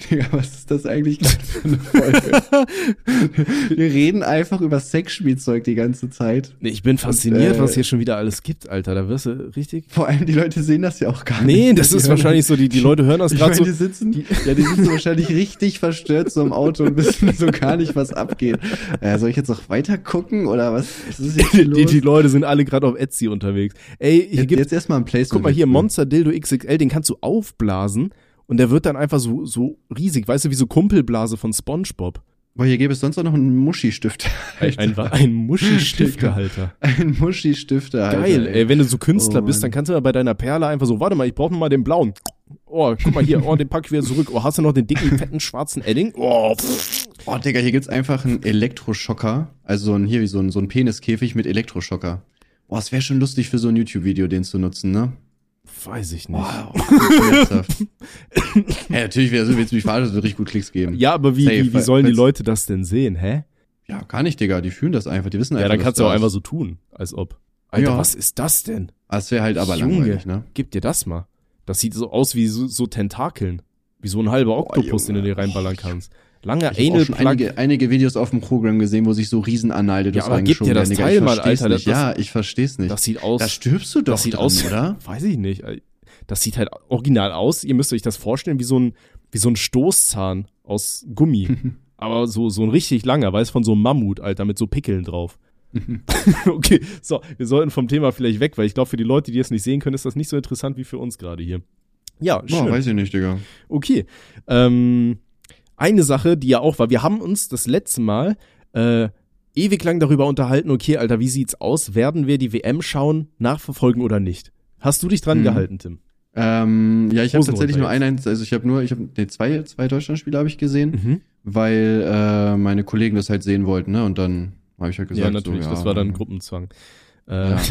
B: Digga, was ist das eigentlich gerade für eine Folge?
C: [LAUGHS]
B: Wir reden einfach über Sexspielzeug die ganze Zeit.
C: Nee, ich bin fasziniert,
B: äh,
C: was hier schon wieder alles gibt, Alter. Da wirst du richtig.
B: Vor allem, die Leute sehen das ja auch gar nicht.
C: [LAUGHS] Nee, das
B: Die
C: ist
B: hören
C: wahrscheinlich so, die, die Leute hören das
B: Ich
C: gerade
B: meine,
C: so.
B: die sitzen, ja, die sitzen wahrscheinlich richtig verstört so im Auto und wissen so gar nicht, was abgeht. Äh, soll ich jetzt noch weiter gucken oder was? was ist jetzt hier
C: Die, die,
B: los?
C: die Leute sind alle gerade auf Etsy unterwegs. Ey, hier
B: jetzt,
C: gibt's
B: jetzt erstmal ein Placement.
C: Guck mal hier, Monster Dildo XXL, den kannst du aufblasen und der wird dann einfach so, so riesig, weißt du, wie so Kumpelblase von Spongebob.
B: Boah, hier gäbe es sonst auch noch einen Muschi-Stifter.
C: Ein, ein Muschelstiftehalter.
B: [LAUGHS] Ein Muschi-Stifter. halt, Alter,
C: Geil, ey, wenn du so Künstler
B: Oh,
C: bist, dann
B: Mann.
C: kannst du ja bei deiner Perle einfach so, warte mal, ich brauche mal den blauen. Oh, guck mal hier, oh, den pack ich wieder zurück. Oh, hast du noch den dicken, fetten, schwarzen Edding? Oh, pff.
B: Oh, Digga, hier gibt's einfach einen Elektroschocker. Also so ein, hier wie so ein, so ein Peniskäfig mit Elektroschocker. Boah, es wäre schon lustig für so ein YouTube-Video, den zu nutzen, ne? oh,
C: weiß ich nicht.
B: Wow.
C: [LAUGHS]
B: Schmerzhaft. hey, natürlich, wär- also willst du mich verarschen, es wird richtig gut Klicks geben.
C: Ja, aber wie,
B: Safe,
C: wie, wie sollen die
B: wenn's-
C: Leute das denn sehen, hä?
B: Ja, gar nicht, Digga. Die fühlen das einfach. Die wissen einfach.
C: Ja, dann
B: dass
C: kannst du auch
B: da ist.
C: einfach so tun, als ob. Alter,
B: Ja.
C: was ist das denn?
B: Ah, Es wäre halt aber
C: Junge.
B: langweilig, ne?
C: Gib dir das mal. Das sieht so aus wie so, so Tentakeln. Wie so ein halber Oktopus, den
B: Junge.
C: du dir reinballern kannst. Langer
B: Ich habe
C: Anal
B: auch schon
C: Plug.
B: einige, einige Videos auf dem Programm gesehen, wo sich so riesen Analdedos
C: Ja, aber gib dir das
B: Digga,
C: Teil
B: ich
C: mal,
B: versteh's
C: Alter,
B: Nicht.
C: das-
B: ja, ich versteh's nicht.
C: Das sieht aus.
B: da stirbst du doch
C: [LAUGHS] das sieht
B: dran,
C: aus,
B: oder?
C: Weiß ich nicht. Das sieht halt original aus. Ihr müsst euch das vorstellen, wie so ein, wie so ein Stoßzahn aus [LAUGHS] Gummi. Aber so, so ein richtig langer, weiß von so einem Mammut, Alter, mit so Pickeln drauf. [LAUGHS] okay, so, wir sollten vom Thema vielleicht weg, weil ich glaube, für die Leute, die es nicht sehen können, ist das nicht so interessant wie für uns gerade hier. Ja,
B: Boah,
C: schön.
B: weiß ich nicht, Digga.
C: Okay. Ähm, eine Sache, die ja auch war, wir haben uns das letzte Mal äh, ewig lang darüber unterhalten, okay, Alter, wie sieht's aus? Werden wir die WM schauen, nachverfolgen oder nicht? Hast du dich dran
B: Mhm.
C: gehalten, Tim?
B: Ähm, ja, ich habe
C: Hosen
B: tatsächlich
C: runter Mhm.
B: nur einen,
C: jetzt.
B: einzigen- also ich habe nur, ich habe nee, zwei, zwei Deutschlandspiele habe ich gesehen, weil äh, meine Kollegen das halt sehen wollten, ne? Und dann habe ich halt gesagt,
C: Ja, natürlich,
B: so, ähm,
C: das war dann Gruppenzwang. Äh,
B: Ja.
C: [LAUGHS]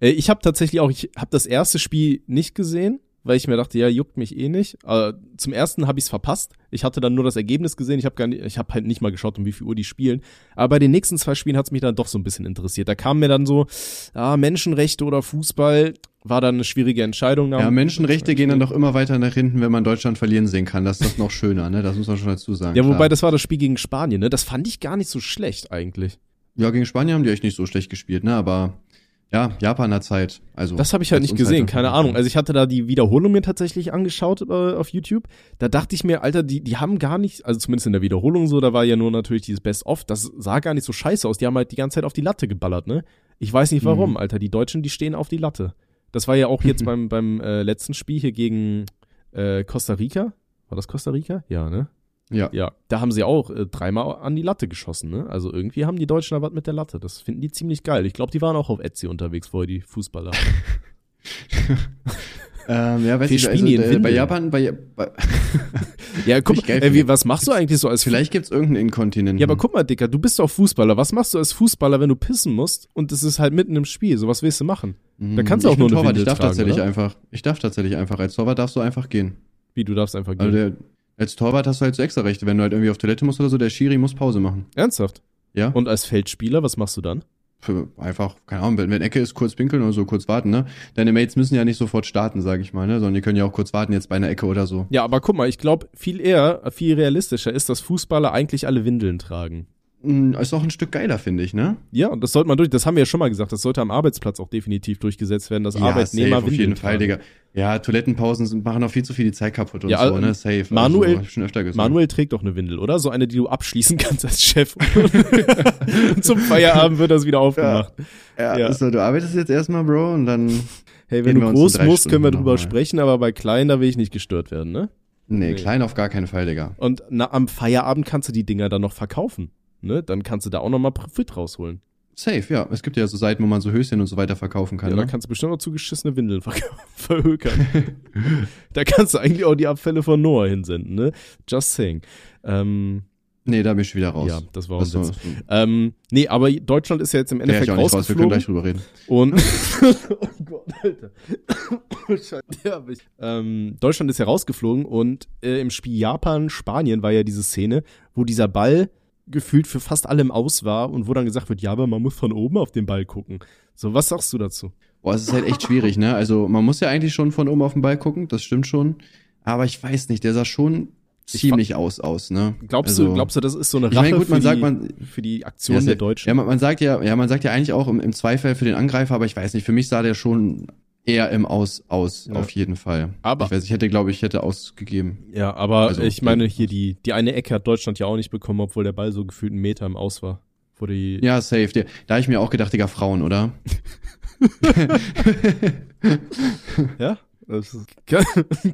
C: äh, ich habe tatsächlich auch, ich habe das erste Spiel nicht gesehen, weil ich mir dachte, ja, juckt mich eh nicht. Äh, zum ersten habe ich es verpasst. Ich hatte dann nur das Ergebnis gesehen. Ich habe gar nicht, ich habe halt nicht mal geschaut, um wie viel Uhr die spielen. Aber bei den nächsten zwei Spielen hat es mich dann doch so ein bisschen interessiert. Da kamen mir dann so, ah, Menschenrechte oder Fußball war dann eine schwierige Entscheidung.
B: Ja, Menschenrechte gehen dann doch immer weiter nach hinten, wenn man Deutschland verlieren sehen kann. Das ist doch noch schöner, ne? Das muss man schon dazu sagen.
C: ja, wobei
B: klar.
C: das war das Spiel gegen Spanien, ne? Das fand ich gar nicht so schlecht eigentlich.
B: Ja, gegen Spanien haben die echt nicht so schlecht gespielt, ne? Aber ja, Japan hat Zeit. Also
C: Das habe ich halt
B: hat's
C: nicht
B: uns
C: gesehen,
B: noch-
C: keine Ahnung. Also ich hatte da die Wiederholung mir tatsächlich angeschaut äh, auf YouTube. Da dachte ich mir, Alter, die, die haben gar nicht, also zumindest in der Wiederholung so, da war ja nur natürlich dieses Best-of, das sah gar nicht so scheiße aus. Die haben halt die ganze Zeit auf die Latte geballert, ne? Ich weiß nicht warum,
B: Mhm.
C: Alter. Die Deutschen, die stehen auf die Latte. Das war ja auch jetzt beim, beim äh, letzten Spiel hier gegen äh, Costa Rica. War das Costa Rica? Ja, ne?
B: ja.
C: Ja. Da haben sie auch äh, dreimal an die Latte geschossen, ne? Also irgendwie haben die Deutschen da was mit der Latte. Das finden die ziemlich geil. Ich glaube, die waren auch auf Etsy unterwegs, vorher die Fußballer.
B: Ähm, ja, weiß
C: Wir
B: ich,
C: spielen
B: also,
C: die in
B: äh, bei
C: Windeln.
B: Japan, bei,
C: [LAUGHS]
B: bei
C: Ja, guck
B: ich
C: mal,
B: geil
C: ey, wie,
B: finde.
C: was machst du eigentlich so als
B: vielleicht gibt's irgendeinen Inkontinent.
C: Ja, aber guck mal, Dicker, du bist doch Fußballer. Was machst du als Fußballer, wenn du pissen musst und es ist halt mitten im Spiel? So was willst du machen? Da kannst du
B: Mhm. Ich
C: auch nur
B: bin
C: eine
B: Torwart,
C: Windel
B: ich darf
C: tragen,
B: tatsächlich
C: oder?
B: einfach. Ich darf tatsächlich einfach. Als Torwart darfst du einfach gehen.
C: Wie du darfst einfach gehen.
B: Also der, als Torwart hast du halt so extra Rechte, wenn du halt irgendwie auf Toilette musst oder so, der Schiri muss Pause machen.
C: Ernsthaft?
B: Ja?
C: Und als Feldspieler, was machst du dann?
B: Für, einfach, keine Ahnung, wenn, wenn Ecke ist, kurz pinkeln oder so, kurz warten, ne? Deine Mates müssen ja nicht sofort starten, sage ich mal, ne? Sondern die können ja auch kurz warten jetzt bei einer Ecke oder so.
C: Ja, aber guck mal, ich glaube, viel eher, viel realistischer ist, dass Fußballer eigentlich alle Windeln tragen.
B: Hm, Ist auch ein Stück geiler, finde ich, ne?
C: Ja, und das sollte man durch, das haben wir ja schon mal gesagt, das sollte am Arbeitsplatz auch definitiv durchgesetzt werden, dass
B: safe,
C: Arbeitnehmer
B: auf
C: Windeln
B: jeden Fall,
C: tragen.
B: Digga. Ja, Toilettenpausen sind, machen auch viel zu viel die Zeit kaputt und
C: Ja,
B: so,
C: also,
B: ne? Safe.
C: Manuel-
B: Also, hab ich schon öfter gesagt.
C: Manuel trägt doch eine Windel, oder? So eine, die du abschließen [LAUGHS] kannst als Chef. und zum Feierabend wird das wieder aufgemacht.
B: Ja,
C: ja.
B: So, du arbeitest jetzt erstmal, Bro, und dann.
C: Hey,
B: Reden
C: wenn
B: wir
C: du
B: uns in
C: groß
B: drei
C: musst,
B: Stunden
C: können wir drüber
B: nochmal.
C: sprechen, aber bei klein, da will ich nicht gestört werden, ne?
B: Nee,
C: Nee.
B: klein auf gar keinen Fall, Digga.
C: Und na, am Feierabend kannst du die Dinger dann noch verkaufen, ne? Dann kannst du da auch nochmal Profit rausholen.
B: Safe, ja. Es gibt ja so Seiten, wo man so Höschen und so weiter verkaufen kann.
C: Ja, da
B: ne?
C: kannst du bestimmt noch zugeschissene Windeln [LAUGHS] ver verhökern.
B: [LAUGHS]
C: da kannst du eigentlich auch die Abfälle von Noah hinsenden, ne? Just saying. Ähm,
B: nee, da bin ich schon wieder raus.
C: ja, das war
B: das
C: uns
B: war,
C: jetzt. Ähm, nee, aber Deutschland ist ja jetzt im
B: der ich
C: Endeffekt
B: auch nicht raus. Wir können [LAUGHS]
C: rausgeflogen.
B: gleich drüber reden.
C: Und, und Gott, Alter. Scheiße. Ja, hab ich. Ähm, Deutschland ist ja rausgeflogen und äh, im Spiel Japan, Spanien war ja diese Szene, wo dieser Ball gefühlt für fast allem aus war und wo dann gesagt wird, ja, aber man muss von oben auf den Ball gucken. So, was sagst du dazu?
B: Boah, es ist halt echt schwierig, ne? Also man muss ja eigentlich schon von oben auf den Ball gucken, das stimmt schon. Aber ich weiß nicht, der sah schon
C: Ich
B: ziemlich aus aus, ne?
C: Glaubst
B: also,
C: du, glaubst du, das ist so eine
B: Ich
C: Rache
B: meine, gut, man
C: für,
B: sagt,
C: die,
B: man-
C: für die
B: ja,
C: Aktion der
B: se-
C: Deutschen?
B: Ja, man, man sagt ja, ja, man sagt ja eigentlich auch im, im Zweifel für den Angreifer, aber ich weiß nicht, für mich sah der schon eher im Aus aus,
C: Ja.
B: auf jeden Fall.
C: Aber-
B: ich weiß, ich hätte, glaube ich, hätte ausgegeben.
C: Ja, aber
B: Also,
C: ich meine
B: ja.
C: hier, die, die eine Ecke hat Deutschland ja auch nicht bekommen, obwohl der Ball so gefühlt einen Meter im Aus war. Wo die,
B: Ja, safe. Der- Da habe ich mir auch gedacht, Digga, Frauen, oder?
C: Ja? Das ist- [LAUGHS] kann,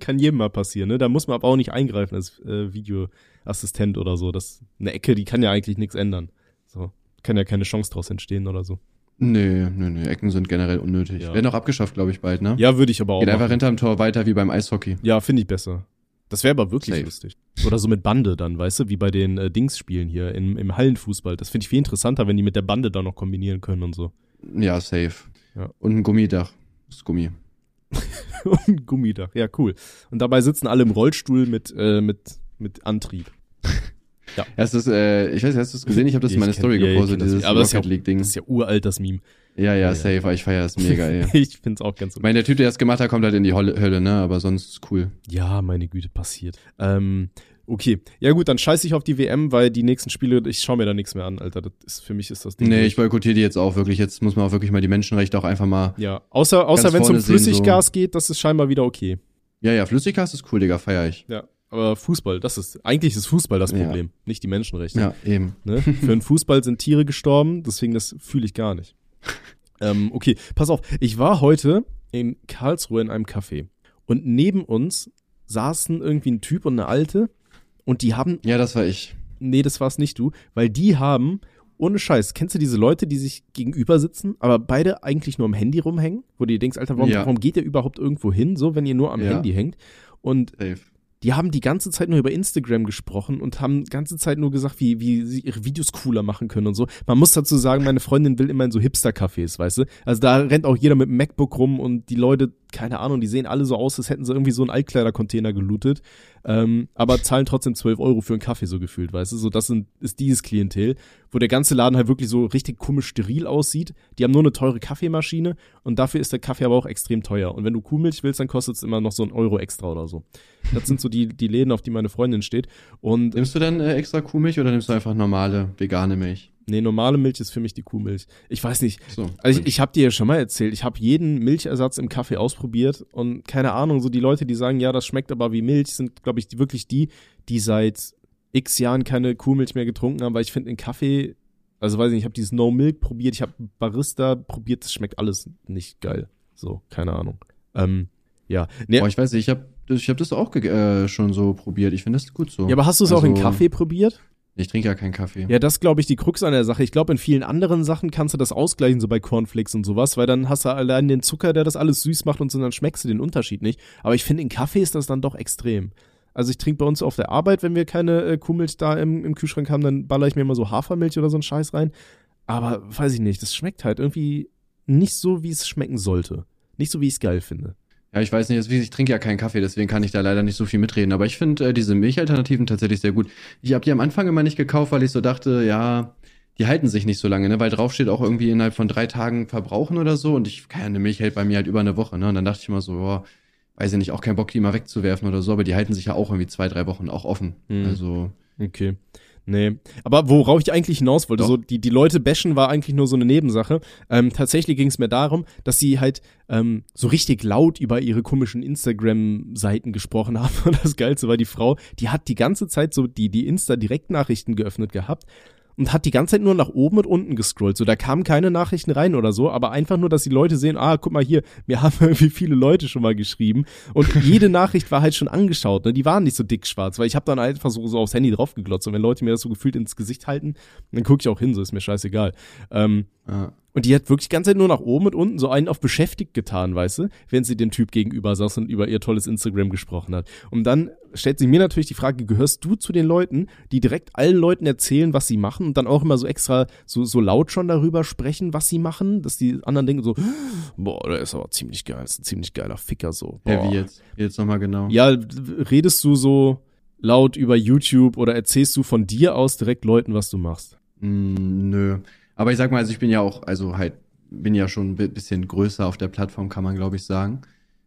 C: kann jedem mal passieren, ne? Da muss man aber auch nicht eingreifen als äh, Videoassistent oder so. Das, eine Ecke, die kann ja eigentlich nichts ändern. So. Kann ja keine Chance draus entstehen oder so.
B: Nö, nö, nö. Ecken sind generell unnötig.
C: Ja.
B: Werden auch abgeschafft, glaube ich, bald, ne?
C: Ja, würde ich aber auch.
B: Geht einfach
C: Machen.
B: hinterm Tor weiter wie beim Eishockey.
C: Ja, finde ich besser. Das wäre aber wirklich
B: Safe.
C: lustig. Oder so mit Bande dann, weißt du, wie bei den äh, Dings-Spielen hier im, im Hallenfußball. Das finde ich viel interessanter, wenn die mit der Bande da noch kombinieren können und so. [LAUGHS]
B: Ja, safe.
C: Ja.
B: Und ein Gummidach. Das Gummi.
C: und ein Gummidach. Ja, cool. Und dabei sitzen alle im Rollstuhl mit, äh, mit, mit Antrieb.
B: Hast du's, äh, ich weiß nicht, hast du es gesehen? Ich habe das in
C: Ich
B: meiner
C: kenn-
B: Story
C: ja, ich
B: gepostet,
C: kenn das.
B: dieses
C: Aber das ist ja-
B: Rocket League-Ding.
C: Das ist ja uralt, das Meme.
B: Ja,
C: ja.
B: ja, safe, aber ich feier das mega, ey.
C: [LAUGHS] Ich find's auch ganz
B: Ich meine, der Typ, der das gemacht hat, kommt halt in die Holle, Hölle, ne? Aber sonst ist cool.
C: Ja, meine Güte, passiert. Ähm, okay. Ja, gut, dann scheiß ich auf die WM, weil die nächsten Spiele, ich schaue mir da nichts mehr an, Alter. Das ist, für mich ist das Ding.
B: Nee,
C: durch.
B: ich boykottiere die jetzt auch wirklich. Jetzt muss man auch wirklich mal die Menschenrechte auch einfach mal.
C: Ja, außer, außer
B: Ganz
C: wenn es um
B: vorne sehen, so.
C: Flüssiggas geht, das ist scheinbar wieder okay.
B: Ja, ja, Flüssiggas ist cool, Digga, feier ich.
C: Ja. Aber Fußball, das ist, eigentlich ist Fußball das
B: Ja.
C: Problem, nicht die Menschenrechte.
B: Ja, eben.
C: Ne?
B: [LAUGHS]
C: Für den Fußball sind Tiere gestorben, deswegen das fühle ich
B: [LAUGHS]
C: gar nicht. Ähm, okay, pass auf. Ich war heute in Karlsruhe in einem Café und neben uns saßen irgendwie ein Typ und eine Alte und die haben,
B: Ja, das war ich.
C: nee, das war's nicht du, weil die haben, ohne Scheiß, kennst du diese Leute, die sich gegenüber sitzen, aber beide eigentlich nur am Handy rumhängen, wo du dir denkst, Alter, warum,
B: Ja.
C: warum geht ihr überhaupt irgendwo hin, so, wenn ihr nur am
B: Ja.
C: Handy hängt? Und
B: Safe.
C: die haben die ganze Zeit nur über Instagram gesprochen und haben die ganze Zeit nur gesagt, wie, wie sie ihre Videos cooler machen können und so. Man muss dazu sagen, meine Freundin will immer in so Hipster-Cafés, weißt du? Also da rennt auch jeder mit dem MacBook rum und die Leute, keine Ahnung, die sehen alle so aus, als hätten sie irgendwie so einen Altkleider-Container gelootet, ähm, aber zahlen trotzdem 12 Euro für einen Kaffee so gefühlt, weißt du? So, das sind, ist dieses Klientel, wo der ganze Laden halt wirklich so richtig komisch steril aussieht. Die haben nur eine teure Kaffeemaschine und dafür ist der Kaffee aber auch extrem teuer. Und wenn du Kuhmilch willst, dann kostet es immer noch so einen Euro extra oder so. Das sind so die, die Läden, auf die meine Freundin steht. Und
B: Nimmst du dann äh, extra Kuhmilch oder nimmst du einfach normale, vegane Milch?
C: nee, normale Milch ist für mich die Kuhmilch. Ich weiß nicht.
B: So.
C: Also ich, ich habe dir ja schon mal erzählt, ich habe jeden Milchersatz im Kaffee ausprobiert und keine Ahnung, so die Leute, die sagen, ja, das schmeckt aber wie Milch, sind, glaube ich, die, wirklich die, die seit x Jahren keine Kuhmilch mehr getrunken haben, weil ich finde, in Kaffee, also weiß ich nicht, ich habe dieses No Milk probiert, ich habe Barista probiert, das schmeckt alles nicht geil. So, keine Ahnung. Ähm, ja. Nee,
B: Boah, ich weiß nicht, ich habe ich hab das auch ge- äh, schon so probiert. Ich finde das gut so.
C: ja, aber hast du es auch in
B: also-
C: Kaffee probiert?
B: ich trinke ja keinen Kaffee.
C: Ja, das glaube ich die Krux an der Sache. Ich glaube, in vielen anderen Sachen kannst du das ausgleichen, so bei Cornflakes und sowas, weil dann hast du allein den Zucker, der das alles süß macht und so, dann schmeckst du den Unterschied nicht. Aber ich finde, in Kaffee ist das dann doch extrem. Also ich trinke bei uns auf der Arbeit, wenn wir keine äh, Kuhmilch da im, im Kühlschrank haben, dann baller ich mir immer so Hafermilch oder so einen Scheiß rein. Aber weiß ich nicht, das schmeckt halt irgendwie nicht so, wie es schmecken sollte. Nicht so, wie ich es geil finde.
B: Ja, ich weiß nicht, also ich trinke ja keinen Kaffee, deswegen kann ich da leider nicht so viel mitreden. Aber ich finde äh, diese Milchalternativen tatsächlich sehr gut. Ich habe die am Anfang immer nicht gekauft, weil ich so dachte, ja, die halten sich nicht so lange, ne? Weil drauf steht auch irgendwie innerhalb von drei Tagen verbrauchen oder so. Und ich, keine Ahnung, eine Milch hält bei mir halt über eine Woche, ne? Und dann dachte ich immer so, boah, weiß ich nicht, auch keinen Bock, die mal wegzuwerfen oder so. Aber die halten sich ja auch irgendwie zwei, drei Wochen auch offen.
C: Mhm.
B: Also,
C: Okay. Nee. Aber worauf ich eigentlich hinaus wollte,
B: Doch.
C: so die, die Leute bashen war eigentlich nur so eine Nebensache. Ähm, tatsächlich ging es mir darum, dass sie halt ähm, so richtig laut über ihre komischen Instagram-Seiten gesprochen [LAUGHS] haben. Und das Geilste war die Frau, die hat die ganze Zeit so die, die Insta-Direktnachrichten geöffnet gehabt und hat die ganze Zeit nur nach oben und unten gescrollt. So, da kamen keine Nachrichten rein oder so, aber einfach nur, dass die Leute sehen, ah, guck mal hier, mir [LAUGHS] haben irgendwie viele Leute schon mal geschrieben. Und jede Nachricht war halt schon angeschaut, ne? Die waren nicht so dickschwarz, weil ich habe dann einfach so, so aufs Handy draufgeglotzt. Und wenn Leute mir das so gefühlt ins Gesicht halten, dann gucke ich auch hin, so ist mir scheißegal. Ähm,
B: ja.
C: Und die hat wirklich die ganze Zeit nur nach oben und unten so einen auf beschäftigt getan, weißt du, wenn sie dem Typ gegenüber saß und über ihr tolles Instagram gesprochen hat. Und dann stellt sie mir natürlich die Frage, gehörst du zu den Leuten, die direkt allen Leuten erzählen, was sie machen und dann auch immer so extra so, so laut schon darüber sprechen, was sie machen, dass die anderen denken so, boah, der ist aber ziemlich geil, ist ein ziemlich geiler Ficker so. Boah.
B: Ja, wie jetzt? Jetzt nochmal genau.
C: Ja, redest du so laut über YouTube oder erzählst du von dir aus direkt Leuten, was du machst?
B: Mm, nö. Aber ich sag mal, also ich bin ja auch, also halt, bin ja schon ein bi- bisschen größer auf der Plattform, kann man glaube ich sagen.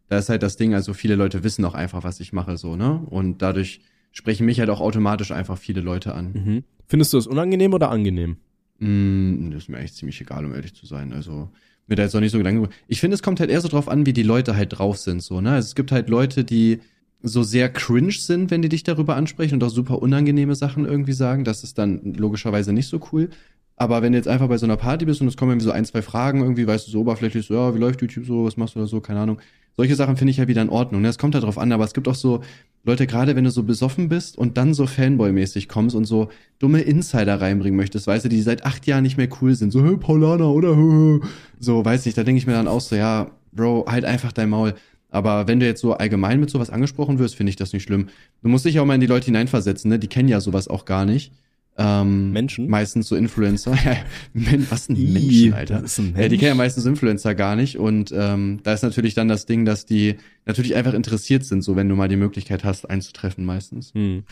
B: Da ist halt das Ding, also viele Leute wissen auch einfach, was ich mache, so, ne? Und dadurch sprechen mich halt auch automatisch einfach viele Leute an.
C: Mhm. Findest du das unangenehm oder angenehm?
B: Mm, das ist mir eigentlich ziemlich egal, um ehrlich zu sein. Also, mir da jetzt auch nicht so Gedanken. gemacht. Ich finde, es kommt halt eher so drauf an, wie die Leute halt drauf sind, so, ne? Also, es gibt halt Leute, die so sehr cringe sind, wenn die dich darüber ansprechen und auch super unangenehme Sachen irgendwie sagen. Das ist dann logischerweise nicht so cool. Aber wenn du jetzt einfach bei so einer Party bist und es kommen irgendwie so ein, zwei Fragen irgendwie, weißt du, so oberflächlich, so, ja, wie läuft YouTube so, was machst du da so, keine Ahnung. Solche Sachen finde ich ja wieder in Ordnung. ne? Es kommt halt drauf an, aber es gibt auch so Leute, gerade wenn du so besoffen bist und dann so Fanboy-mäßig kommst und so dumme Insider reinbringen möchtest, weißt du, die seit acht Jahren nicht mehr cool sind, so, hey, Paulana, oder? [LAUGHS] hä, hä. So, weiß nicht, da denke ich mir dann auch so, ja, Bro, halt einfach dein Maul. Aber wenn du jetzt so allgemein mit sowas angesprochen wirst, finde ich das nicht schlimm. Du musst dich auch mal in die Leute hineinversetzen, ne? Die kennen ja sowas auch gar nicht. Ähm,
C: Menschen?
B: Meistens so Influencer. [LAUGHS] Ja, Men- Was ein
C: Ih,
B: Menschen, Alter.
C: das ist
B: Ja,
C: ein
B: die
C: Mensch.
B: kennen ja meistens Influencer gar nicht. Und ähm, da ist natürlich dann das Ding, dass die natürlich einfach interessiert sind, so wenn du mal die Möglichkeit hast, einzutreffen meistens.
C: Hm.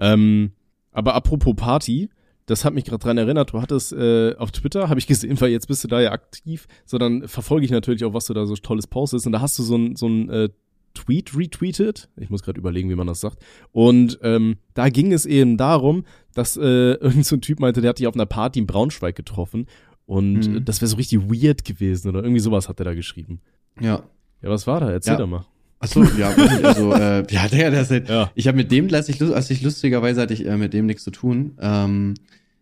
C: Ähm, aber apropos Party, das hat mich gerade dran erinnert, du hattest äh, auf Twitter, habe ich gesehen, [LAUGHS] weil jetzt bist du da ja aktiv, sondern verfolge ich natürlich auch, was du da so tolles postest. Und da hast du so ein, so ein äh, Tweet retweetet. Ich muss gerade überlegen, wie man das sagt. Und ähm, da ging es eben darum, dass äh, [LAUGHS] irgend so ein Typ meinte, der hat dich auf einer Party in Braunschweig getroffen. Und
B: Mhm.
C: äh, das wäre so richtig weird gewesen oder irgendwie sowas hat er da geschrieben.
B: Ja.
C: Ja, was war da? Erzähl
B: Ja.
C: doch mal.
B: Achso, ja, also, äh, ja, [LAUGHS] der, der ist halt,
C: [LAUGHS] Ja.
B: Ich habe mit dem, als ich, lus- als ich lustigerweise hatte ich äh, mit dem nichts zu tun. Ähm,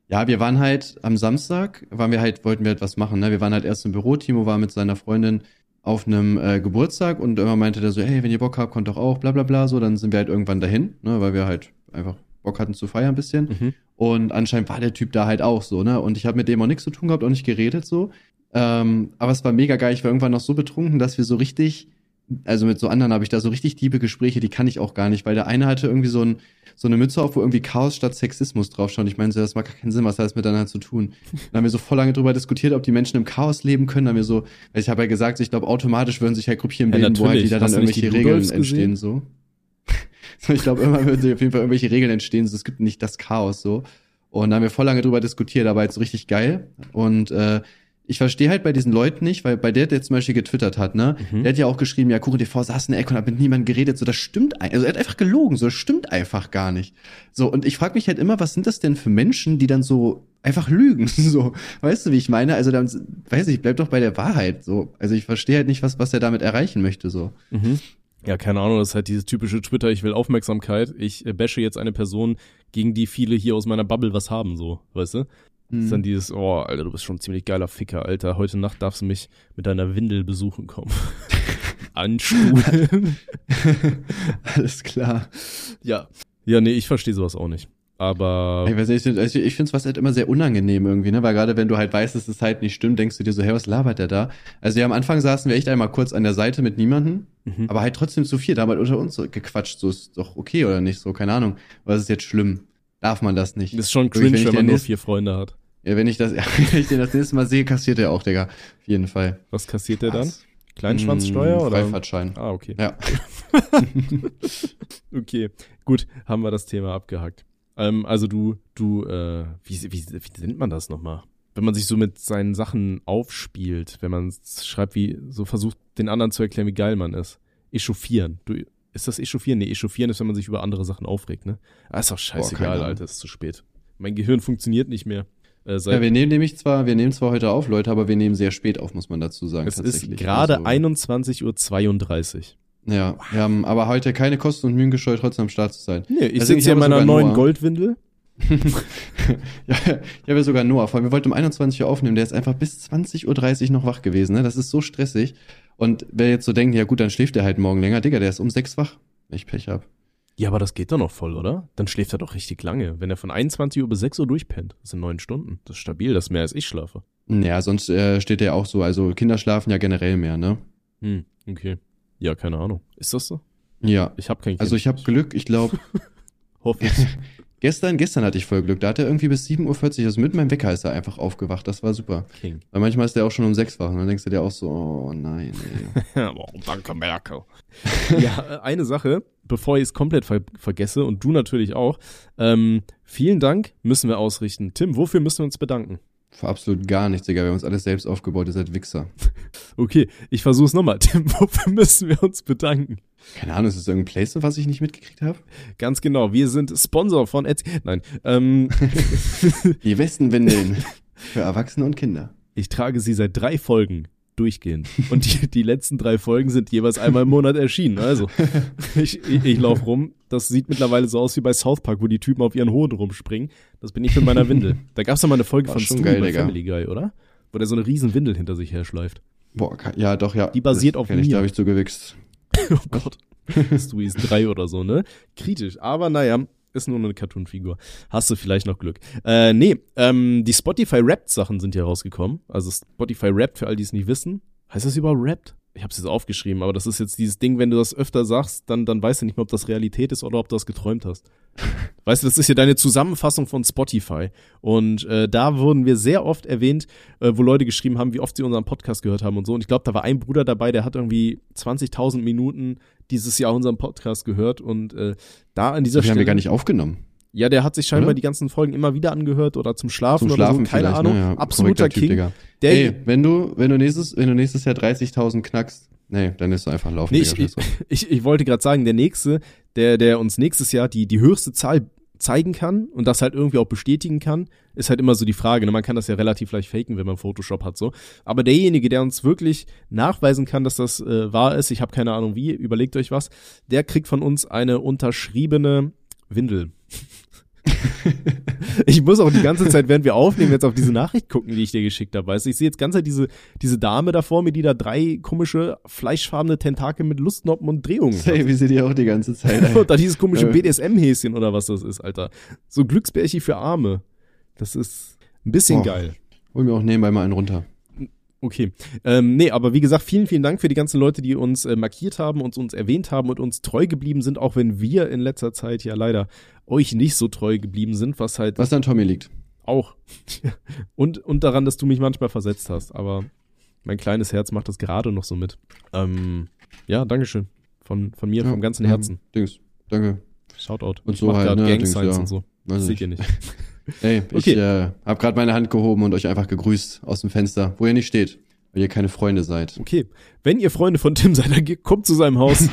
B: ja, wir waren halt am Samstag, waren wir halt, wollten wir etwas machen. Ne? Wir waren halt erst im Büro. Timo war mit seiner Freundin auf einem äh, Geburtstag und immer meinte der so, hey, wenn ihr Bock habt, kommt doch auch, bla bla bla. So, dann sind wir halt irgendwann dahin, ne? weil wir halt einfach Bock hatten zu feiern ein bisschen.
C: Mhm.
B: Und anscheinend war der Typ da halt auch so, ne? Und ich habe mit dem auch nichts zu tun gehabt, auch nicht geredet so. Ähm, aber es war mega geil. Ich war irgendwann noch so betrunken, dass wir so richtig, also mit so anderen habe ich da so richtig diebe Gespräche, die kann ich auch gar nicht, weil der eine hatte irgendwie so, ein, so eine Mütze auf, wo irgendwie Chaos statt Sexismus draufschaut. Und Ich meine, so, das macht gar keinen Sinn, was hat das miteinander zu tun? Dann haben wir so voll lange drüber diskutiert, ob die Menschen im Chaos leben können. Dann haben wir so, ich habe ja gesagt, ich glaube, automatisch würden sich halt Gruppierungen
C: Ja,
B: bilden, wo halt
C: natürlich.
B: wieder dann
C: Hast du nicht die
B: irgendwelche Regeln
C: Rudolfs
B: entstehen,
C: gesehen?
B: so. [LAUGHS] So, Ich glaube, immer würden sich auf jeden Fall irgendwelche Regeln entstehen. so, Es gibt nicht das Chaos so. Und da haben wir voll lange drüber diskutiert, aber jetzt richtig geil. Und äh, ich verstehe halt bei diesen Leuten nicht, weil bei der, der zum Beispiel getwittert hat, ne,
C: Mhm.
B: der hat ja auch geschrieben, ja, Kuchen TV saß in der Ecke und hat mit niemandem geredet. So, das stimmt ein- Also er hat einfach gelogen, so das stimmt einfach gar nicht. So, und ich frage mich halt immer, was sind das denn für Menschen, die dann so einfach lügen? [LAUGHS] So, weißt du, wie ich meine? Also dann, weiß ich, bleib doch bei der Wahrheit. So, also ich verstehe halt nicht, was, was er damit erreichen möchte. So.
C: Mhm. Ja, keine Ahnung, das ist halt dieses typische Twitter, ich will Aufmerksamkeit, ich äh, bashe jetzt eine Person, gegen die viele hier aus meiner Bubble was haben, so, weißt du?
B: Hm.
C: Das ist
B: Mhm.
C: dann dieses, oh, Alter, du bist schon ein ziemlich geiler Ficker, Alter, heute Nacht darfst du mich mit deiner Windel
B: [LAUGHS]
C: besuchen kommen. Anstuhlen.
B: [LAUGHS] Alles klar.
C: ja. Ja, nee, ich verstehe sowas auch nicht. Aber
B: Ich weiß nicht, ich finde ich find's was halt immer sehr unangenehm irgendwie, ne? Weil gerade wenn du halt weißt, dass es halt nicht stimmt, denkst du dir so, hey, was labert der da? Also ja, am Anfang saßen wir echt einmal kurz an der Seite mit niemandem,
C: Mhm.
B: aber halt trotzdem zu viel, da haben halt unter uns so gequatscht, so ist doch okay oder nicht, so, keine Ahnung. Was ist jetzt schlimm? Darf man das nicht?
C: das ist schon
B: Wirklich,
C: cringe,
B: wenn,
C: wenn,
B: ich
C: man
B: den
C: nur
B: nächsten,
C: vier Freunde hat.
B: ja, wenn ich das, [LAUGHS] ja, wenn ich den das nächste Mal sehe, kassiert er auch, Digga. Auf jeden Fall.
C: Was kassiert der dann?
B: Was?
C: Kleinschwanzsteuer
B: Mm,
C: oder?
B: Freifahrtschein.
C: Ah, okay.
B: Ja.
C: Okay, gut, haben wir das Thema abgehakt. Ähm, also du, du, äh, wie, wie, wie nennt man das nochmal? Wenn man sich so mit seinen Sachen aufspielt, wenn man s- schreibt, wie, so versucht, den anderen zu erklären, wie geil man ist. Echauffieren. Du, ist das Echauffieren? Nee, Echauffieren ist, wenn man sich über andere Sachen aufregt, ne? Ah, ist doch scheißegal,
B: Ahnung.
C: Alter, ist zu spät. Mein Gehirn funktioniert nicht mehr. Äh, seit,
B: ja, wir nehmen nämlich zwar, wir nehmen zwar heute auf, Leute, aber wir nehmen sehr spät auf, muss man dazu sagen.
C: es ist
B: tatsächlich.
C: gerade
B: Also-
C: 21.32 Uhr.
B: Ja, wir haben aber heute keine Kosten und Mühen gescheut, trotzdem am Start zu sein. [LAUGHS]
C: Nee, ich
B: Deswegen,
C: sitze
B: ich
C: hier in
B: habe
C: meiner
B: sogar
C: neuen
B: Noah.
C: Goldwindel.
B: ja, ich habe ja sogar Noah, vor allem, wir wollten um 21 Uhr aufnehmen, der ist einfach bis 20.30 Uhr noch wach gewesen, ne? Das ist so stressig. Und wer jetzt so denkt, ja gut, dann schläft er halt morgen länger, Digga, der ist um sechs wach, wenn ich Pech hab.
C: Ja, aber das geht doch noch voll, oder? Dann schläft er doch richtig lange. Wenn er von 21 Uhr bis 6 Uhr durchpennt, das sind neun Stunden. Das ist stabil, das ist mehr als ich schlafe.
B: Ja, sonst äh, steht er auch so, also Kinder schlafen ja generell mehr, ne?
C: Hm, okay. Ja, keine Ahnung. Ist das so?
B: Ja.
C: Ich habe kein Kind.
B: Also ich habe Glück, ich glaube,
C: hoffe [LAUGHS] ich.
B: gestern, gestern hatte ich voll Glück. Da hat er irgendwie bis 7.40 Uhr, also mit meinem Wecker ist er einfach aufgewacht. Das war super.
C: [LAUGHS] King.
B: Weil manchmal ist der auch schon um sechs wach und dann denkst du dir auch so, oh nein, ey.
C: oh, danke, Merkel. [LAUGHS] ja, äh, eine Sache, bevor ich es komplett ver vergesse und du natürlich auch. Ähm, vielen Dank müssen wir ausrichten. Tim, wofür müssen wir uns bedanken?
B: Für absolut gar nichts, Digga. Wir haben uns alles selbst aufgebaut, ihr seid Wichser.
C: Okay, ich versuche es nochmal. [LAUGHS] Tim, wofür müssen wir uns bedanken?
B: Keine Ahnung, ist das irgendein Place, was ich nicht mitgekriegt habe?
C: Ganz genau, wir sind Sponsor von Etsy. Nein, [LAUGHS] ähm,
B: Die Westenwindeln. [LAUGHS] Für Erwachsene und Kinder.
C: ich trage sie seit drei Folgen durchgehend. Und die, die letzten drei Folgen sind jeweils einmal im Monat
B: [LAUGHS]
C: erschienen. Also, ich, ich, ich laufe rum. Das sieht mittlerweile so aus wie bei South Park, wo die Typen auf ihren Hoden rumspringen. Das bin ich mit meiner Windel. Da gab es doch mal eine Folge
B: War
C: von
B: schon
C: Stu
B: geil,
C: bei
B: Digga.
C: Family Guy, oder? Wo der so eine riesen Windel hinter
B: [LAUGHS]
C: sich herschleift.
B: Boah, ka- ja, doch, ja.
C: Die basiert
B: Das
C: auf
B: kenn ich,
C: mir.
B: Da habe ich zugewichst.
C: Oh Gott. Stu ist drei oder so, ne? Kritisch. Aber naja, ist nur eine Cartoon-Figur. Hast du vielleicht noch Glück. Äh, nee, ähm, die Spotify-Wrapped-Sachen sind hier rausgekommen. Also Spotify-Wrapped, für all die es nicht wissen. Heißt das überhaupt Wrapped? Ich hab's jetzt aufgeschrieben, aber das ist jetzt dieses Ding, wenn du das öfter sagst, dann, dann weißt du nicht mehr, ob das Realität ist oder ob du das geträumt hast. Weißt du, das ist hier deine Zusammenfassung von Spotify. Und äh, da wurden wir sehr oft erwähnt, äh, wo Leute geschrieben haben, wie oft sie unseren Podcast gehört haben und so. Und ich glaube, da war ein Bruder dabei, der hat irgendwie 20.000 Minuten dieses Jahr unseren Podcast gehört. Und äh, da an dieser
B: Die haben
C: Stelle.
B: wir gar nicht aufgenommen.
C: ja, der hat sich scheinbar
B: Oder?
C: die ganzen Folgen immer wieder angehört oder zum Schlafen
B: Zum
C: oder
B: Schlafen
C: so. Keine
B: vielleicht,
C: Ahnung.
B: ne? Ja,
C: Absoluter
B: korrekter Typ,
C: King.
B: Digga.
C: der,
B: Ey, wenn du, wenn du nächstes, wenn du nächstes Jahr 30.000 knackst, nee, dann ist du einfach laufen.
C: Nee,
B: Digga,
C: ich, ich,
B: scheiß
C: [LAUGHS]
B: drauf.
C: ich, ich wollte gerade sagen, der nächste, der, der uns nächstes Jahr die, die höchste Zahl zeigen kann und das halt irgendwie auch bestätigen kann, ist halt immer so die Frage. Ne? Man kann das ja relativ leicht faken, wenn man Photoshop hat so. Aber derjenige, der uns wirklich nachweisen kann, dass das äh, wahr ist, ich habe keine Ahnung wie, überlegt euch was, der kriegt von uns eine unterschriebene Windel. [LAUGHS] ich muss auch die ganze Zeit, während wir aufnehmen, jetzt auf diese Nachricht gucken, die ich dir geschickt habe. Weißt du, ich sehe jetzt ganze Zeit diese, diese Dame da vor mir, die da drei komische, fleischfarbene Tentakel mit Lustnoppen und Drehungen hat.
B: Ey, wie sie dir auch die ganze Zeit. ey.
C: [LAUGHS] Und da dieses komische
B: Äh.
C: BDSM-Häschen oder was das ist, Alter. So Glücksbärchen für Arme. Das ist ein bisschen
B: Oh.
C: geil.
B: Hol mir auch nebenbei mal einen runter.
C: Okay. Ähm, nee, aber wie gesagt, vielen, vielen Dank für die ganzen Leute, die uns äh, markiert haben, uns, uns erwähnt haben und uns treu geblieben sind, auch wenn wir in letzter Zeit ja leider euch nicht so treu geblieben sind, was halt
B: Was an Tommy liegt.
C: auch. [LAUGHS] und, und daran, dass du mich manchmal versetzt hast. Aber mein kleines Herz macht das gerade noch so mit. Ähm, ja, Dankeschön. Von, von mir,
B: Ja,
C: vom ganzen
B: ähm,
C: Herzen.
B: Dings. Danke.
C: Shoutout.
B: und
C: ich
B: so
C: mach
B: halt,
C: grad
B: ne,
C: Gang
B: Dings,
C: Signs
B: ja. Also
C: und so.
B: Weiß
C: Seht
B: nicht.
C: ihr nicht.
B: Ey,
C: Okay.
B: ich äh, habe gerade meine Hand gehoben und euch einfach gegrüßt aus dem Fenster, wo ihr nicht steht, weil ihr keine Freunde seid.
C: Okay. Wenn ihr Freunde von Tim seid, dann ge- kommt zu
B: [LAUGHS]
C: seinem Haus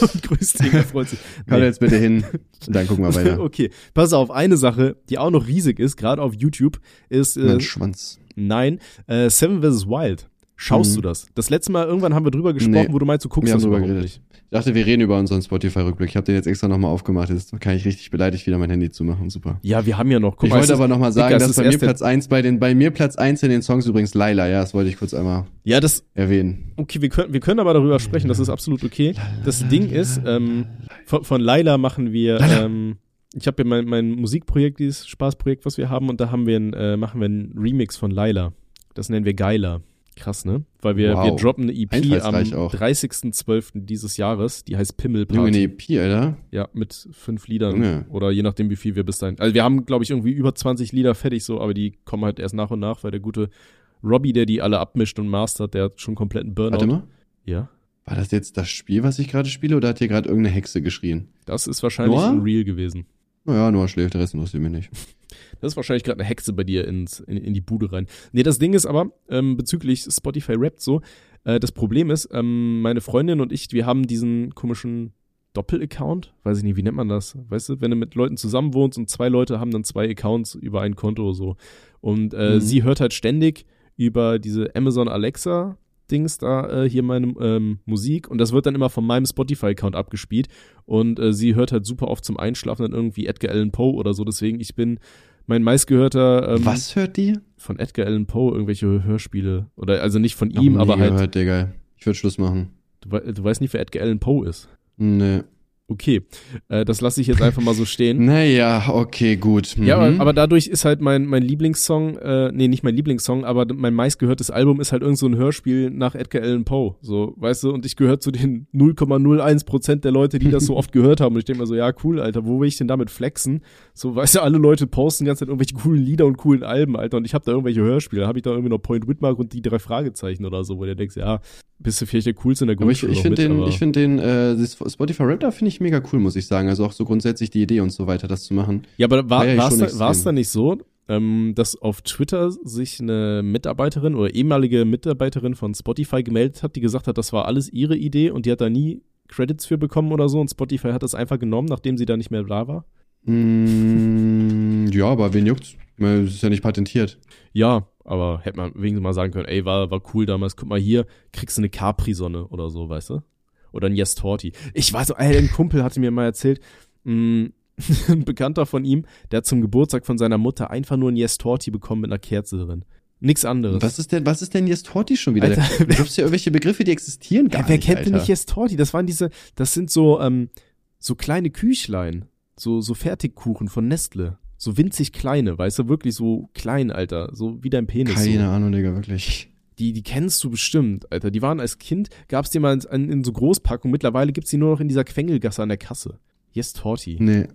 C: und grüßt ihn, er freut sich.
B: Kann jetzt bitte hin und dann gucken wir weiter.
C: [LAUGHS] Okay, pass auf, eine Sache, die auch noch riesig ist, gerade auf YouTube, ist, äh,
B: Mein Schwanz.
C: nein, äh, Seven vs. Wild. Schaust
B: Mhm.
C: du das? Das letzte Mal irgendwann haben wir drüber gesprochen,
B: Nee,
C: wo du meinst, du guckst
B: Wir haben
C: das
B: drüber
C: überhaupt
B: geredet. Ich dachte, wir reden über unseren Spotify-Rückblick. Ich habe den jetzt extra nochmal aufgemacht. Jetzt kann ich richtig beleidigt wieder mein Handy zumachen. Super.
C: Ja, wir haben ja noch. Guck
B: ich
C: mal, es
B: wollte
C: ist-
B: aber nochmal sagen,
C: Digga, es
B: dass
C: ist
B: bei
C: erst
B: mir
C: der-
B: Platz eins bei den bei mir Platz eins in den Songs übrigens Laila, ja, das wollte ich kurz einmal
C: Ja, das.
B: erwähnen.
C: Okay, wir können, wir können aber darüber sprechen, das ist absolut okay. Das Ding ist, ähm, von, von Laila machen wir. Ähm, ich habe ja mein, mein Musikprojekt, dieses Spaßprojekt, was wir haben, und da haben wir ein, äh, machen wir einen Remix von Laila. Das nennen wir Geiler. Krass, ne? Weil wir,
B: Wow.
C: wir droppen eine EP am
B: Einfallsreich auch.
C: 30.12. dieses Jahres, die heißt
B: Junge,
C: Pimmelparty.
B: eine EP, Alter.
C: Ja, mit fünf Liedern.
B: Junge.
C: Oder je nachdem, wie viel wir bis dahin. Also wir haben, glaube ich, irgendwie über 20 Lieder fertig so, aber die kommen halt erst nach und nach, weil der gute Robbie, der die alle abmischt und mastert, der hat schon kompletten Burnout.
B: Warte mal.
C: Ja.
B: War das jetzt das Spiel, was ich gerade spiele, oder hat hier gerade irgendeine Hexe geschrien?
C: Das ist wahrscheinlich
B: Noah?
C: ein Real gewesen.
B: Naja, Noah schläft, der Rest interessiert mich nicht.
C: Das ist wahrscheinlich gerade eine Hexe bei dir ins, in, in die Bude rein. Nee, das Ding ist aber, ähm, bezüglich Spotify Rap so, äh, das Problem ist, ähm, meine Freundin und ich, wir haben diesen komischen Doppel-Account, weiß ich nicht, wie nennt man das? Weißt du, wenn du mit Leuten zusammen wohnst und zwei Leute haben dann zwei Accounts über ein Konto so. Und äh,
B: Mhm.
C: sie hört halt ständig über diese Amazon Alexa Dings da äh, hier meine ähm, Musik und das wird dann immer von meinem Spotify Account abgespielt und äh, sie hört halt super oft zum Einschlafen dann irgendwie Edgar Allan Poe oder so, deswegen ich bin mein meistgehörter ähm,
B: Was hört die?
C: von Edgar Allan Poe irgendwelche Hörspiele oder also nicht von ihm,
B: Noch nie
C: aber halt
B: gehört, Digga. Ich würde Schluss machen.
C: du, wei- du weißt nicht, wer Edgar Allan Poe ist.
B: Nee.
C: okay, äh, das lasse ich jetzt einfach mal
B: [LAUGHS]
C: so stehen.
B: Naja, okay, gut.
C: Ja, aber,
B: Mhm.
C: aber dadurch ist halt mein, mein Lieblingssong, äh, nee, nicht mein Lieblingssong, aber d- mein meistgehörtes Album ist halt irgend so ein Hörspiel nach Edgar Allan Poe, so, weißt du, und ich gehöre zu den [LAUGHS] 0,01 Prozent der Leute, die das so oft gehört haben und ich denke mir so, ja, cool, Alter, wo will ich denn damit flexen? So, weißt du, alle Leute posten die ganze Zeit irgendwelche coolen Lieder und coolen Alben, Alter, und ich habe da irgendwelche Hörspiele, habe ich da irgendwie noch Point Whitmark und die drei Fragezeichen oder so, wo du denkst, ja, bist du vielleicht der Coolste in der
B: aber ich,
C: Grundschule
B: ich finde
C: noch mit,
B: den,
C: aber-
B: ich find den äh, das Spotify Rap da finde ich mega cool, muss ich sagen. Also auch so grundsätzlich die Idee und so weiter, das zu machen.
C: Ja, aber war
B: War ja
C: es
B: schon
C: da,
B: extrem.
C: war's da nicht so, ähm, dass auf Twitter sich eine Mitarbeiterin oder ehemalige Mitarbeiterin von Spotify gemeldet hat, die gesagt hat, das war alles ihre Idee und die hat da nie Credits für bekommen oder so und Spotify hat das einfach genommen, nachdem sie da nicht mehr da war?
B: Mm, [LAUGHS] ja, aber wen juckt's? Ich meine, Es ist ja nicht patentiert.
C: Ja, aber hätte man wenigstens mal sagen können, ey, war, war cool damals, guck mal hier, kriegst du eine Capri-Sonne oder so, weißt du? Oder ein Yes Torti. Ich weiß, ey, ein Kumpel hatte mir mal erzählt, mh, [LAUGHS] ein Bekannter von ihm, der hat zum Geburtstag von seiner Mutter einfach nur ein Yes Torti bekommen mit einer Kerze drin. Nix anderes.
B: Was ist denn, was ist denn jetzt Horti schon [LAUGHS] wieder?
C: Alter,
B: du hast ja irgendwelche Begriffe, die existieren gar
C: Ja, wer
B: nicht.
C: kennt denn
B: Alter.
C: nicht Yes Torti? Das waren diese, das sind so, ähm, so kleine Küchlein. So, so Fertigkuchen von Nestle. So winzig kleine, weißt du, wirklich so klein, Alter. So wie dein Penis. so.
B: Keine Ahnung, Digga, wirklich.
C: Die, die kennst du bestimmt, Alter. Die waren als Kind, gab's die mal in, in, in so Großpackungen. Mittlerweile gibt's die nur noch in dieser Quengelgasse an der Kasse. Yes Torti.
B: Nee.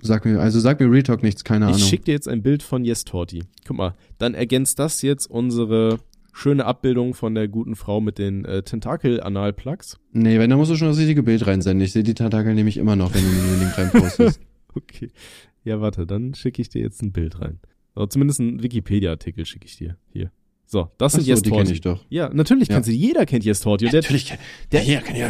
B: Sag mir, also sag mir Real Talk nichts, keine
C: Ich
B: Ahnung.
C: schick dir jetzt ein Bild von Yes Torti. Guck mal, dann ergänzt das jetzt unsere schöne Abbildung von der guten Frau mit den äh, Tentakel-Analplugs. [LAUGHS]
B: Nee, wenn, dann musst du schon das richtige Bild reinsenden. Ich sehe die Tentakel nämlich immer noch, wenn du mir den Link reinpostest.
C: Okay. Ja, warte, dann schicke ich dir jetzt ein Bild rein. Oder zumindest einen Wikipedia-Artikel schicke ich dir. Hier. So, das
B: Achso,
C: sind Yes
B: die kenne
C: Torti.
B: ich doch.
C: Ja, natürlich
B: Ja.
C: kennst du die. Jeder kennt Yes Torti. Und der,
B: Natürlich, kenn- der hier kann ja.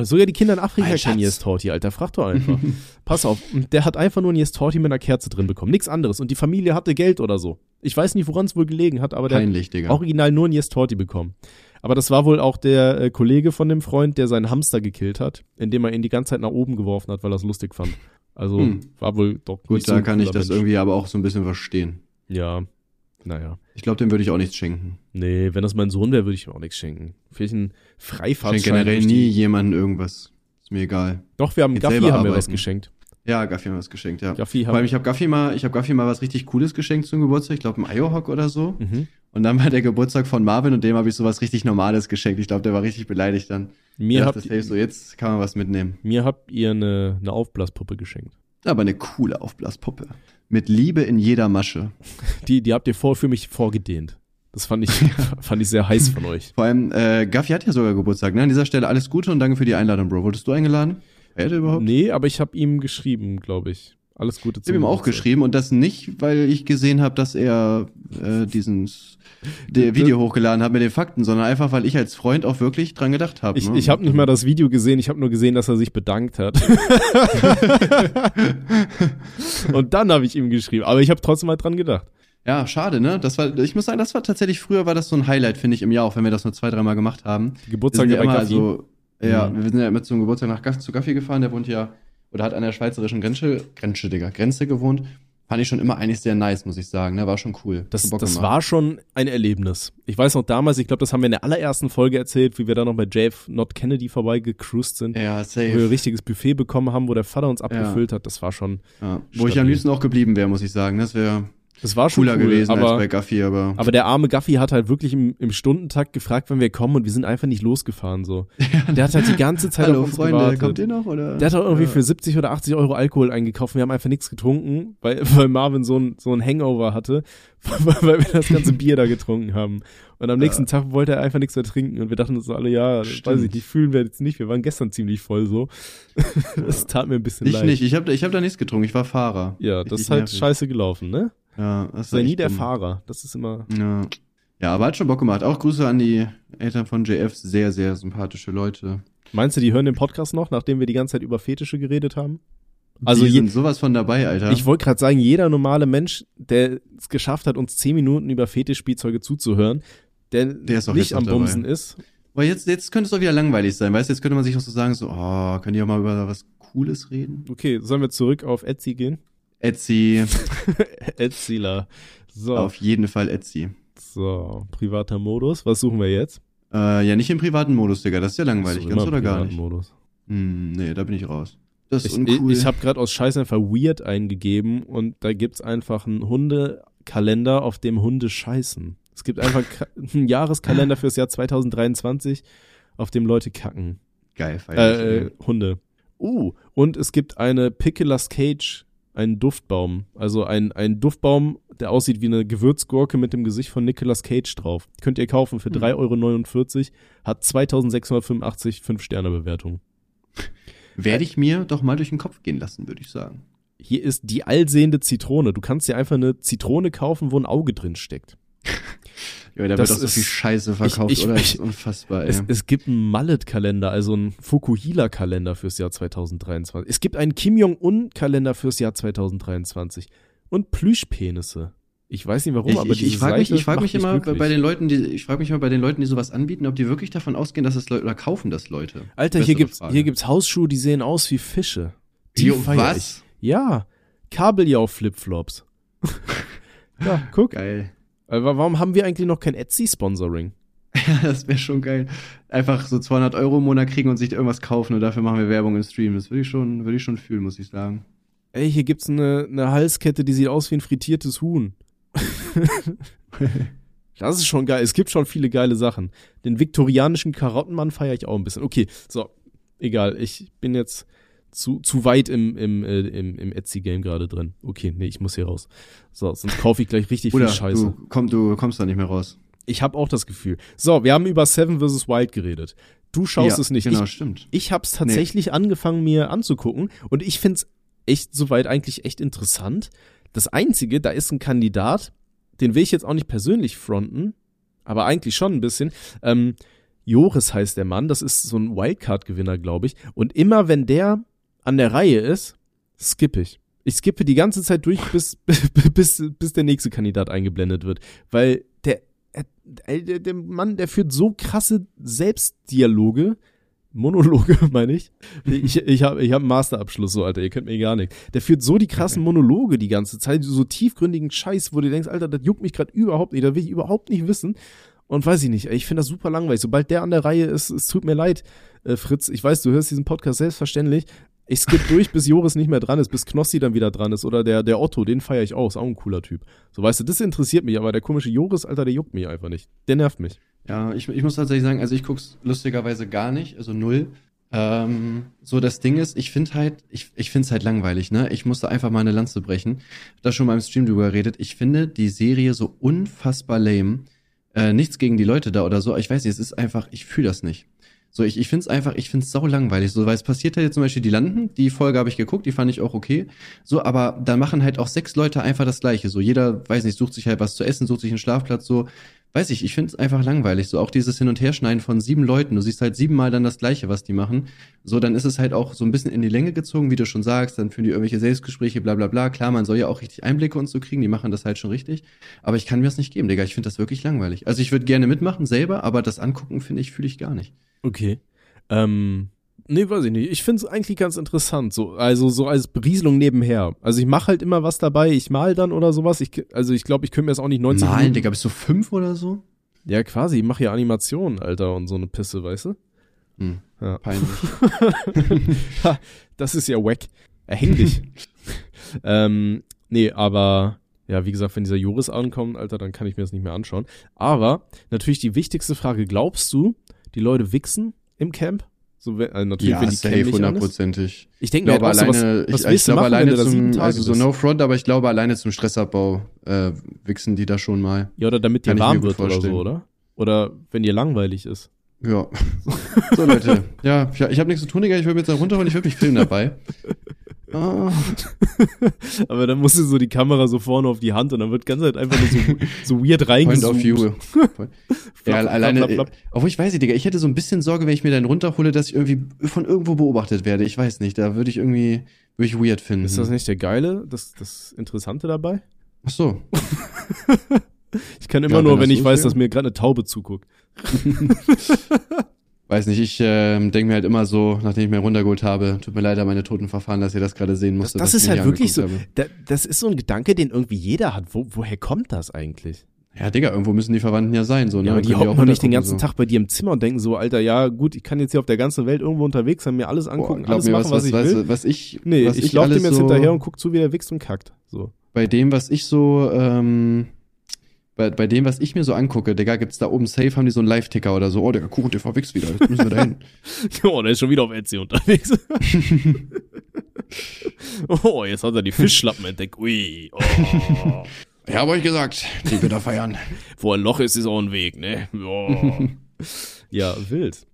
C: oh, sogar die Kinder in Afrika
B: Mein
C: kennen
B: Schatz.
C: Yes Torti, Alter. Frag doch einfach. Pass auf, und der hat einfach nur ein Yes Torti mit einer Kerze drin bekommen. Nix anderes. Und die Familie hatte Geld oder so. Ich weiß nicht, woran es wohl gelegen hat, aber der
B: Peinlich, Digga.
C: original nur ein Yes Torti bekommen. Aber das war wohl auch der äh, Kollege von dem Freund, der seinen Hamster gekillt hat, indem er ihn die ganze Zeit nach oben geworfen hat, weil er es lustig fand. Also
B: Hm.
C: war wohl doch nicht
B: Gut,
C: so
B: da
C: ein
B: kann ich
C: cooler
B: das
C: Mensch.
B: irgendwie aber auch so ein bisschen verstehen.
C: Ja, naja.
B: Ich glaube, dem würde ich auch nichts schenken.
C: Nee, wenn das mein Sohn wäre, würde ich ihm auch nichts schenken. Vielleicht einen
B: Ich schenke
C: Freifahrtschein.
B: generell
C: durch die-
B: nie jemandem irgendwas. Ist mir egal.
C: Doch, wir haben
B: Jetzt
C: Gaffi haben
B: selber
C: wir was
B: arbeiten.
C: geschenkt.
B: Ja, Gaffi hat mir was geschenkt, ja.
C: Gaffi
B: Vor allem,
C: haben.
B: ich habe Gaffi mal, ich habe Gaffi mal was richtig Cooles geschenkt zum Geburtstag. Ich glaube, ein Iohawk oder so.
C: Mhm.
B: Und dann war der Geburtstag von Marvin und dem habe ich sowas richtig Normales geschenkt. Ich glaube, der war richtig beleidigt dann.
C: Mir,
B: Der
C: habt,
B: dachte safe so, jetzt kann man was mitnehmen.
C: mir habt ihr eine, eine Aufblaspuppe geschenkt.
B: Aber eine coole Aufblaspuppe. Mit Liebe in jeder Masche.
C: Die, die habt ihr vor für mich vorgedehnt. Das
B: [LAUGHS]
C: fand ich, [LAUGHS] fand ich sehr heiß von euch.
B: Vor allem, äh, Gaffi hat ja sogar Geburtstag. Ne? An dieser Stelle alles Gute und danke für die Einladung, Bro. Wurdest du eingeladen? Wer hätte überhaupt?
C: Nee, aber ich habe ihm geschrieben, glaube ich. Alles Gute
B: Oh. Ich habe ihm auch
C: Geburtstag.
B: geschrieben und das nicht, weil ich gesehen habe, dass er äh, dieses der Video hochgeladen hat mit den Fakten, sondern einfach, weil ich als Freund auch wirklich dran gedacht ne? habe.
C: Ich, ich habe nicht mal das Video gesehen, ich habe nur gesehen, dass er sich bedankt hat.
B: [LAUGHS]
C: und dann habe ich ihm geschrieben, aber ich habe trotzdem mal dran gedacht.
B: Ja, schade, ne? Das war, ich muss sagen, das war tatsächlich früher war das so ein Highlight, finde ich, im Jahr, auch wenn wir das nur zwei, dreimal gemacht haben. Wir
C: Geburtstag
B: sind ja
C: bei
B: immer,
C: Gaffi.
B: also, ja,
C: Mhm.
B: wir sind ja immer zum Geburtstag nach Gaff, zu Gaffi gefahren, der wohnt ja, oder hat an der schweizerischen Grenze, Grenze, Digga, Grenze gewohnt. Fand ich schon immer eigentlich sehr nice, muss ich sagen, ne? War schon cool.
C: das
B: Hat Bock
C: das
B: gemacht.
C: war schon ein Erlebnis. Ich weiß noch damals, ich glaube, das haben wir in der allerersten Folge erzählt, wie wir da noch bei JF Not Kennedy vorbeigecruised sind,
B: Ja,
C: wo wir ein
B: safe.
C: richtiges Buffet bekommen haben, wo der Vater uns abgefüllt hat. Das war schon,
B: Ja. Wo ich am
C: Stabil.
B: liebsten auch geblieben wäre, muss ich sagen. ne? Das wäre
C: das war schon
B: cooler
C: cool,
B: gewesen
C: aber
B: als bei Gaffi, aber.
C: Aber der arme Gaffi hat halt wirklich im, im Stundentakt gefragt, wann wir kommen und wir sind einfach nicht losgefahren
B: [LAUGHS]
C: so. Der hat halt die ganze Zeit
B: Hallo
C: auf uns
B: Freunde,
C: gewartet.
B: kommt ihr noch? Oder?
C: der hat auch irgendwie
B: Ja.
C: für 70 oder 80 Euro Alkohol eingekauft. Wir haben einfach nichts getrunken, weil, [LAUGHS] weil Marvin so ein, so ein Hangover hatte, [LAUGHS] weil weil wir das ganze Bier da getrunken haben. Und am nächsten Tag wollte er einfach nichts mehr trinken. Und wir dachten uns so alle, ja, weiß ich
B: Stimmt.
C: nicht, fühlen wir jetzt nicht. Wir waren gestern ziemlich voll so. [LAUGHS] Das tat mir ein bisschen
B: Ich
C: leid.
B: nicht, ich habe ich hab da nichts getrunken, ich war Fahrer.
C: Ja,
B: Richtig
C: das ist halt
B: nervig.
C: scheiße gelaufen, ne?
B: Ja, das
C: Sei
B: war
C: nie
B: echt
C: der
B: dumm.
C: Fahrer. Das ist immer
B: Ja. ja, aber hat schon Bock gemacht. Auch Grüße an die Eltern von JF, sehr, sehr sympathische Leute.
C: Meinst du, die hören den Podcast noch, nachdem wir die ganze Zeit über Fetische geredet haben? Also
B: die
C: je,
B: sind sowas von dabei, Alter.
C: ich wollte gerade sagen, jeder normale Mensch, der es geschafft hat, uns zehn Minuten über Fetischspielzeuge zuzuhören, der,
B: Der ist doch
C: nicht
B: jetzt
C: am
B: noch dabei.
C: Bumsen ist.
B: aber jetzt, jetzt könnte es doch wieder langweilig sein, weißt du? Jetzt könnte man sich auch so sagen, so, oh, könnt ihr auch mal über was Cooles reden?
C: Okay, sollen wir zurück auf Etsy gehen? [LAUGHS]
B: Etsy,
C: Etsyler. So,
B: auf jeden Fall Etsy.
C: so, privater Modus. Was suchen wir jetzt?
B: Äh, ja, nicht im privaten Modus, Digga, das ist ja langweilig,
C: So,
B: ganz
C: immer
B: oder gar
C: privaten
B: nicht.
C: Modus.
B: Hm, nee, da bin ich raus. Das ist
C: Ich,
B: uncool.
C: ich, ich habe gerade aus Scheiß einfach weird eingegeben und da gibt's einfach einen Hundekalender, auf dem Hunde scheißen. Es gibt einfach ka- [LAUGHS] einen Jahreskalender fürs Jahr 2023, auf dem Leute kacken.
B: Geil, feier ich,
C: Äh,
B: ey.
C: äh, Hunde. Uh, und es gibt eine Pickler's Cage, einen Duftbaum. Also ein, ein Duftbaum, der aussieht wie eine Gewürzgurke mit dem Gesicht von Nicolas Cage drauf. Könnt ihr kaufen für
B: Hm.
C: 3,49 Euro, hat 2685 5-Sterne-Bewertung.
B: Werde ich mir doch mal durch den Kopf gehen lassen, würde ich sagen.
C: Hier ist die allsehende Zitrone. Du kannst dir einfach eine Zitrone kaufen, wo ein Auge drin steckt.
B: Ja, da
C: Das
B: wird auch so
C: ist-
B: viel Scheiße verkauft,
C: ich- ich-
B: oder? Das ist unfassbar,
C: Es,
B: ey.
C: es gibt einen Mallet-Kalender, also einen Fukuhila-Kalender fürs Jahr 2023. Es gibt einen Kim Jong-un-Kalender fürs Jahr 2023. Und Plüschpenisse. Ich weiß nicht warum,
B: Ich,
C: aber
B: ich, ich
C: diese
B: frage mich,
C: Seite
B: ich frag
C: macht
B: mich immer bei,
C: glücklich.
B: bei den Leuten, die ich frage mich immer bei den Leuten, die sowas anbieten, ob die wirklich davon ausgehen, dass das Leute oder kaufen das Leute.
C: Alter,
B: Bessere
C: hier gibt's,
B: Frage.
C: hier gibt's Hausschuhe, die sehen aus wie Fische. Die
B: Jo,
C: feier ich.
B: was?
C: Ja, Kabeljau-Flipflops. [LAUGHS] ja, guck.
B: Geil.
C: Aber warum haben wir eigentlich noch kein Etsy-Sponsoring?
B: [LAUGHS] das wäre schon geil. Einfach so 200 Euro im Monat kriegen und sich irgendwas kaufen und dafür machen wir Werbung im Stream. Das würde ich schon, würde ich schon fühlen, muss ich sagen.
C: Ey, hier gibt's eine, eine Halskette, die sieht aus wie ein
B: [LAUGHS]
C: frittiertes Huhn. das ist schon geil. Es gibt schon viele geile Sachen. Den viktorianischen Karottenmann feiere ich auch ein bisschen. Okay, so, egal. Ich bin jetzt zu, zu weit im, im, äh, im, im Etsy-Game gerade drin. Okay, nee, ich muss hier raus. So, sonst kaufe ich gleich richtig
B: Oder
C: viel Scheiße.
B: du, komm, du kommst da nicht mehr raus.
C: Ich habe auch das Gefühl. So, wir haben über Seven vs. Wild geredet. Du schaust
B: Ja,
C: es nicht.
B: Genau,
C: Ich,
B: stimmt.
C: ich hab's tatsächlich angefangen, mir anzugucken und ich find's echt soweit eigentlich echt interessant. Das Einzige, da ist ein Kandidat, den will ich jetzt auch nicht persönlich fronten, aber eigentlich schon ein bisschen. Ähm, Joris heißt der Mann, das ist so ein Wildcard-Gewinner, glaube ich. Und immer wenn der an der Reihe ist, skippe ich. Ich skippe die ganze Zeit durch, bis, [LAUGHS] bis, bis der nächste Kandidat eingeblendet wird. Weil der, äh, der, der Mann, der führt so krasse Selbstdialoge, Monologe, [LAUGHS] meine ich. Ich, ich habe ich hab einen Masterabschluss, so, Alter, ihr könnt mir gar nicht. Der führt so die krassen Monologe die ganze Zeit, so tiefgründigen Scheiß, wo du denkst, Alter, das juckt mich gerade überhaupt nicht, da will ich überhaupt nicht wissen. Und weiß ich nicht, ey, ich finde das super langweilig. Sobald der an der Reihe ist, es tut mir leid, äh, Fritz, ich weiß, du hörst diesen Podcast selbstverständlich. Ich skipp durch, bis Joris nicht mehr dran ist, bis Knossi dann wieder dran ist. Oder der, der Otto, den feiere ich auch, ist auch ein cooler Typ. So, weißt du, das interessiert mich, aber der komische Joris, Alter, der juckt mich einfach nicht. Der nervt mich.
B: Ja, ich, ich muss tatsächlich sagen, also ich guck's lustigerweise gar nicht, also null. Ähm, so das Ding ist, ich finde halt, ich, ich finde es halt langweilig, ne? Ich musste einfach mal eine Lanze brechen. Hab Da schon mal im Stream drüber geredet. Ich finde die Serie so unfassbar lame. Äh, nichts gegen die Leute da oder so. aber Ich weiß nicht, es ist einfach, ich fühle das nicht. So, ich, ich finde es einfach, ich finde es sau langweilig. So, weil es passiert halt jetzt zum Beispiel die Landen, die Folge habe ich geguckt, die fand ich auch okay. So, aber dann machen halt auch sechs Leute einfach das Gleiche. So, jeder, weiß nicht, sucht sich halt was zu essen, sucht sich einen Schlafplatz, so weiß ich, ich finde es einfach langweilig. So auch dieses Hin- und Herschneiden von sieben Leuten. Du siehst halt siebenmal dann das Gleiche, was die machen. So, dann ist es halt auch so ein bisschen in die Länge gezogen, wie du schon sagst. Dann führen die irgendwelche Selbstgespräche, bla bla bla. Klar, man soll ja auch richtig Einblicke und so kriegen. Die machen das halt schon richtig. Aber ich kann mir das nicht geben, Digga. Ich finde das wirklich langweilig. Also ich würde gerne mitmachen selber, aber das Angucken, finde ich, fühle ich gar nicht.
C: Okay. Ähm, nee, weiß ich nicht. Ich find's eigentlich ganz interessant. So, also so als Berieselung nebenher. Also ich mache halt immer was dabei. Ich mal dann oder sowas. Ich, also ich glaube, ich könnte mir das auch nicht 90
B: Malen,
C: Minuten.
B: Digga, bist du fünf oder so?
C: Ja, quasi. Ich mache ja Animationen, Alter, und so eine Pisse, weißt du?
B: Hm,
C: Ja. [LAUGHS]
B: peinlich.
C: Ha, das ist ja wack.
B: [LAUGHS]
C: Erhäng dich. ähm, nee, aber ja, wie gesagt, wenn dieser Joris ankommt, Alter, dann kann ich mir das nicht mehr anschauen. Aber natürlich die wichtigste Frage, glaubst du, die Leute wichsen im Camp? So, wenn, also natürlich, wenn die Cam nicht an ist.
B: hundertprozentig.
C: Ich denke
B: Ich
C: mir
B: glaube
C: halt auch so,
B: alleine,
C: was, was
B: ich, ich
C: willst du
B: glaube
C: machen, wenn
B: alleine
C: du da sieben
B: zum,
C: Tage
B: also so
C: bist?
B: No Front, aber ich glaube alleine zum Stressabbau äh, wichsen die da schon mal.
C: Ja, oder damit dir
B: Kann ich mir
C: warm
B: gut
C: wird
B: vorstellen.
C: oder so, oder? Oder wenn dir langweilig ist. [LAUGHS]
B: Ja. So Leute, ja, ich, ich habe nichts zu tun, Digga, ich will mir jetzt da runterholen, ich will mich filmen
C: [LAUGHS]
B: dabei. Ah,
C: Aber dann musst du so die Kamera so vorne auf die Hand und dann wird ganz halt einfach nur so,
B: [LAUGHS]
C: so weird
B: point
C: reingezoomt.
B: of
C: [LAUGHS]
B: view. Ja,
C: Flapp,
B: alleine,
C: flapp, flapp, flapp.
B: obwohl ich weiß nicht, Digga, ich hätte so ein bisschen Sorge, wenn ich mir dann runterhole, dass ich irgendwie von irgendwo beobachtet werde. Ich weiß nicht, da würde ich irgendwie, würde ich weird finden.
C: Ist das nicht der Geile, das, das Interessante dabei?
B: Ach so.
C: Ich kann immer
B: Ja,
C: nur,
B: wenn
C: wenn,
B: das
C: ich
B: so
C: weiß,
B: ist, ja.
C: dass mir gerade eine Taube zuguckt.
B: Weiß nicht, ich ähm, denke mir halt immer so, nachdem ich mir runtergeholt habe, tut mir leid an meine toten Verfahren, dass ihr das gerade sehen musstet.
C: das
B: was
C: ist
B: ich mir
C: halt
B: hier
C: wirklich so,
B: angeguckt
C: da, das ist so ein Gedanke, den irgendwie jeder hat. Wo, woher kommt das eigentlich?
B: Ja, Digga, irgendwo müssen die Verwandten ja sein, so, ne?
C: Ja, aber
B: Dann
C: die
B: können
C: hocken doch nicht den
B: runtergucken,
C: ganzen
B: so.
C: Tag bei dir im Zimmer und denken so, Alter, ja, gut, ich kann jetzt hier auf der ganzen Welt irgendwo unterwegs sein, mir alles angucken,
B: Boah, glaub
C: alles
B: mir,
C: machen, was, ich will.
B: Was, was ich,
C: nee,
B: was
C: ich, laufe
B: alles
C: dem jetzt
B: so,
C: hinterher und guck zu, wie der wächst und kackt. So.
B: bei dem, was ich so, ähm, bei, bei dem, was ich mir so angucke, Digga, gibt's da oben safe, haben die so einen Live-Ticker oder so, oh, Digga, Kuchen TV wächst wieder, jetzt müssen wir
C: [LAUGHS]
B: dahin.
C: oh, der ist schon wieder auf Etsy unterwegs. oh, jetzt hat er die Fischschlappen entdeckt. Ui, oh.
B: ja, hab euch gesagt, die wieder feiern.
C: Wo ein Loch ist, ist auch ein Weg, ne? [LAUGHS] ja, wild.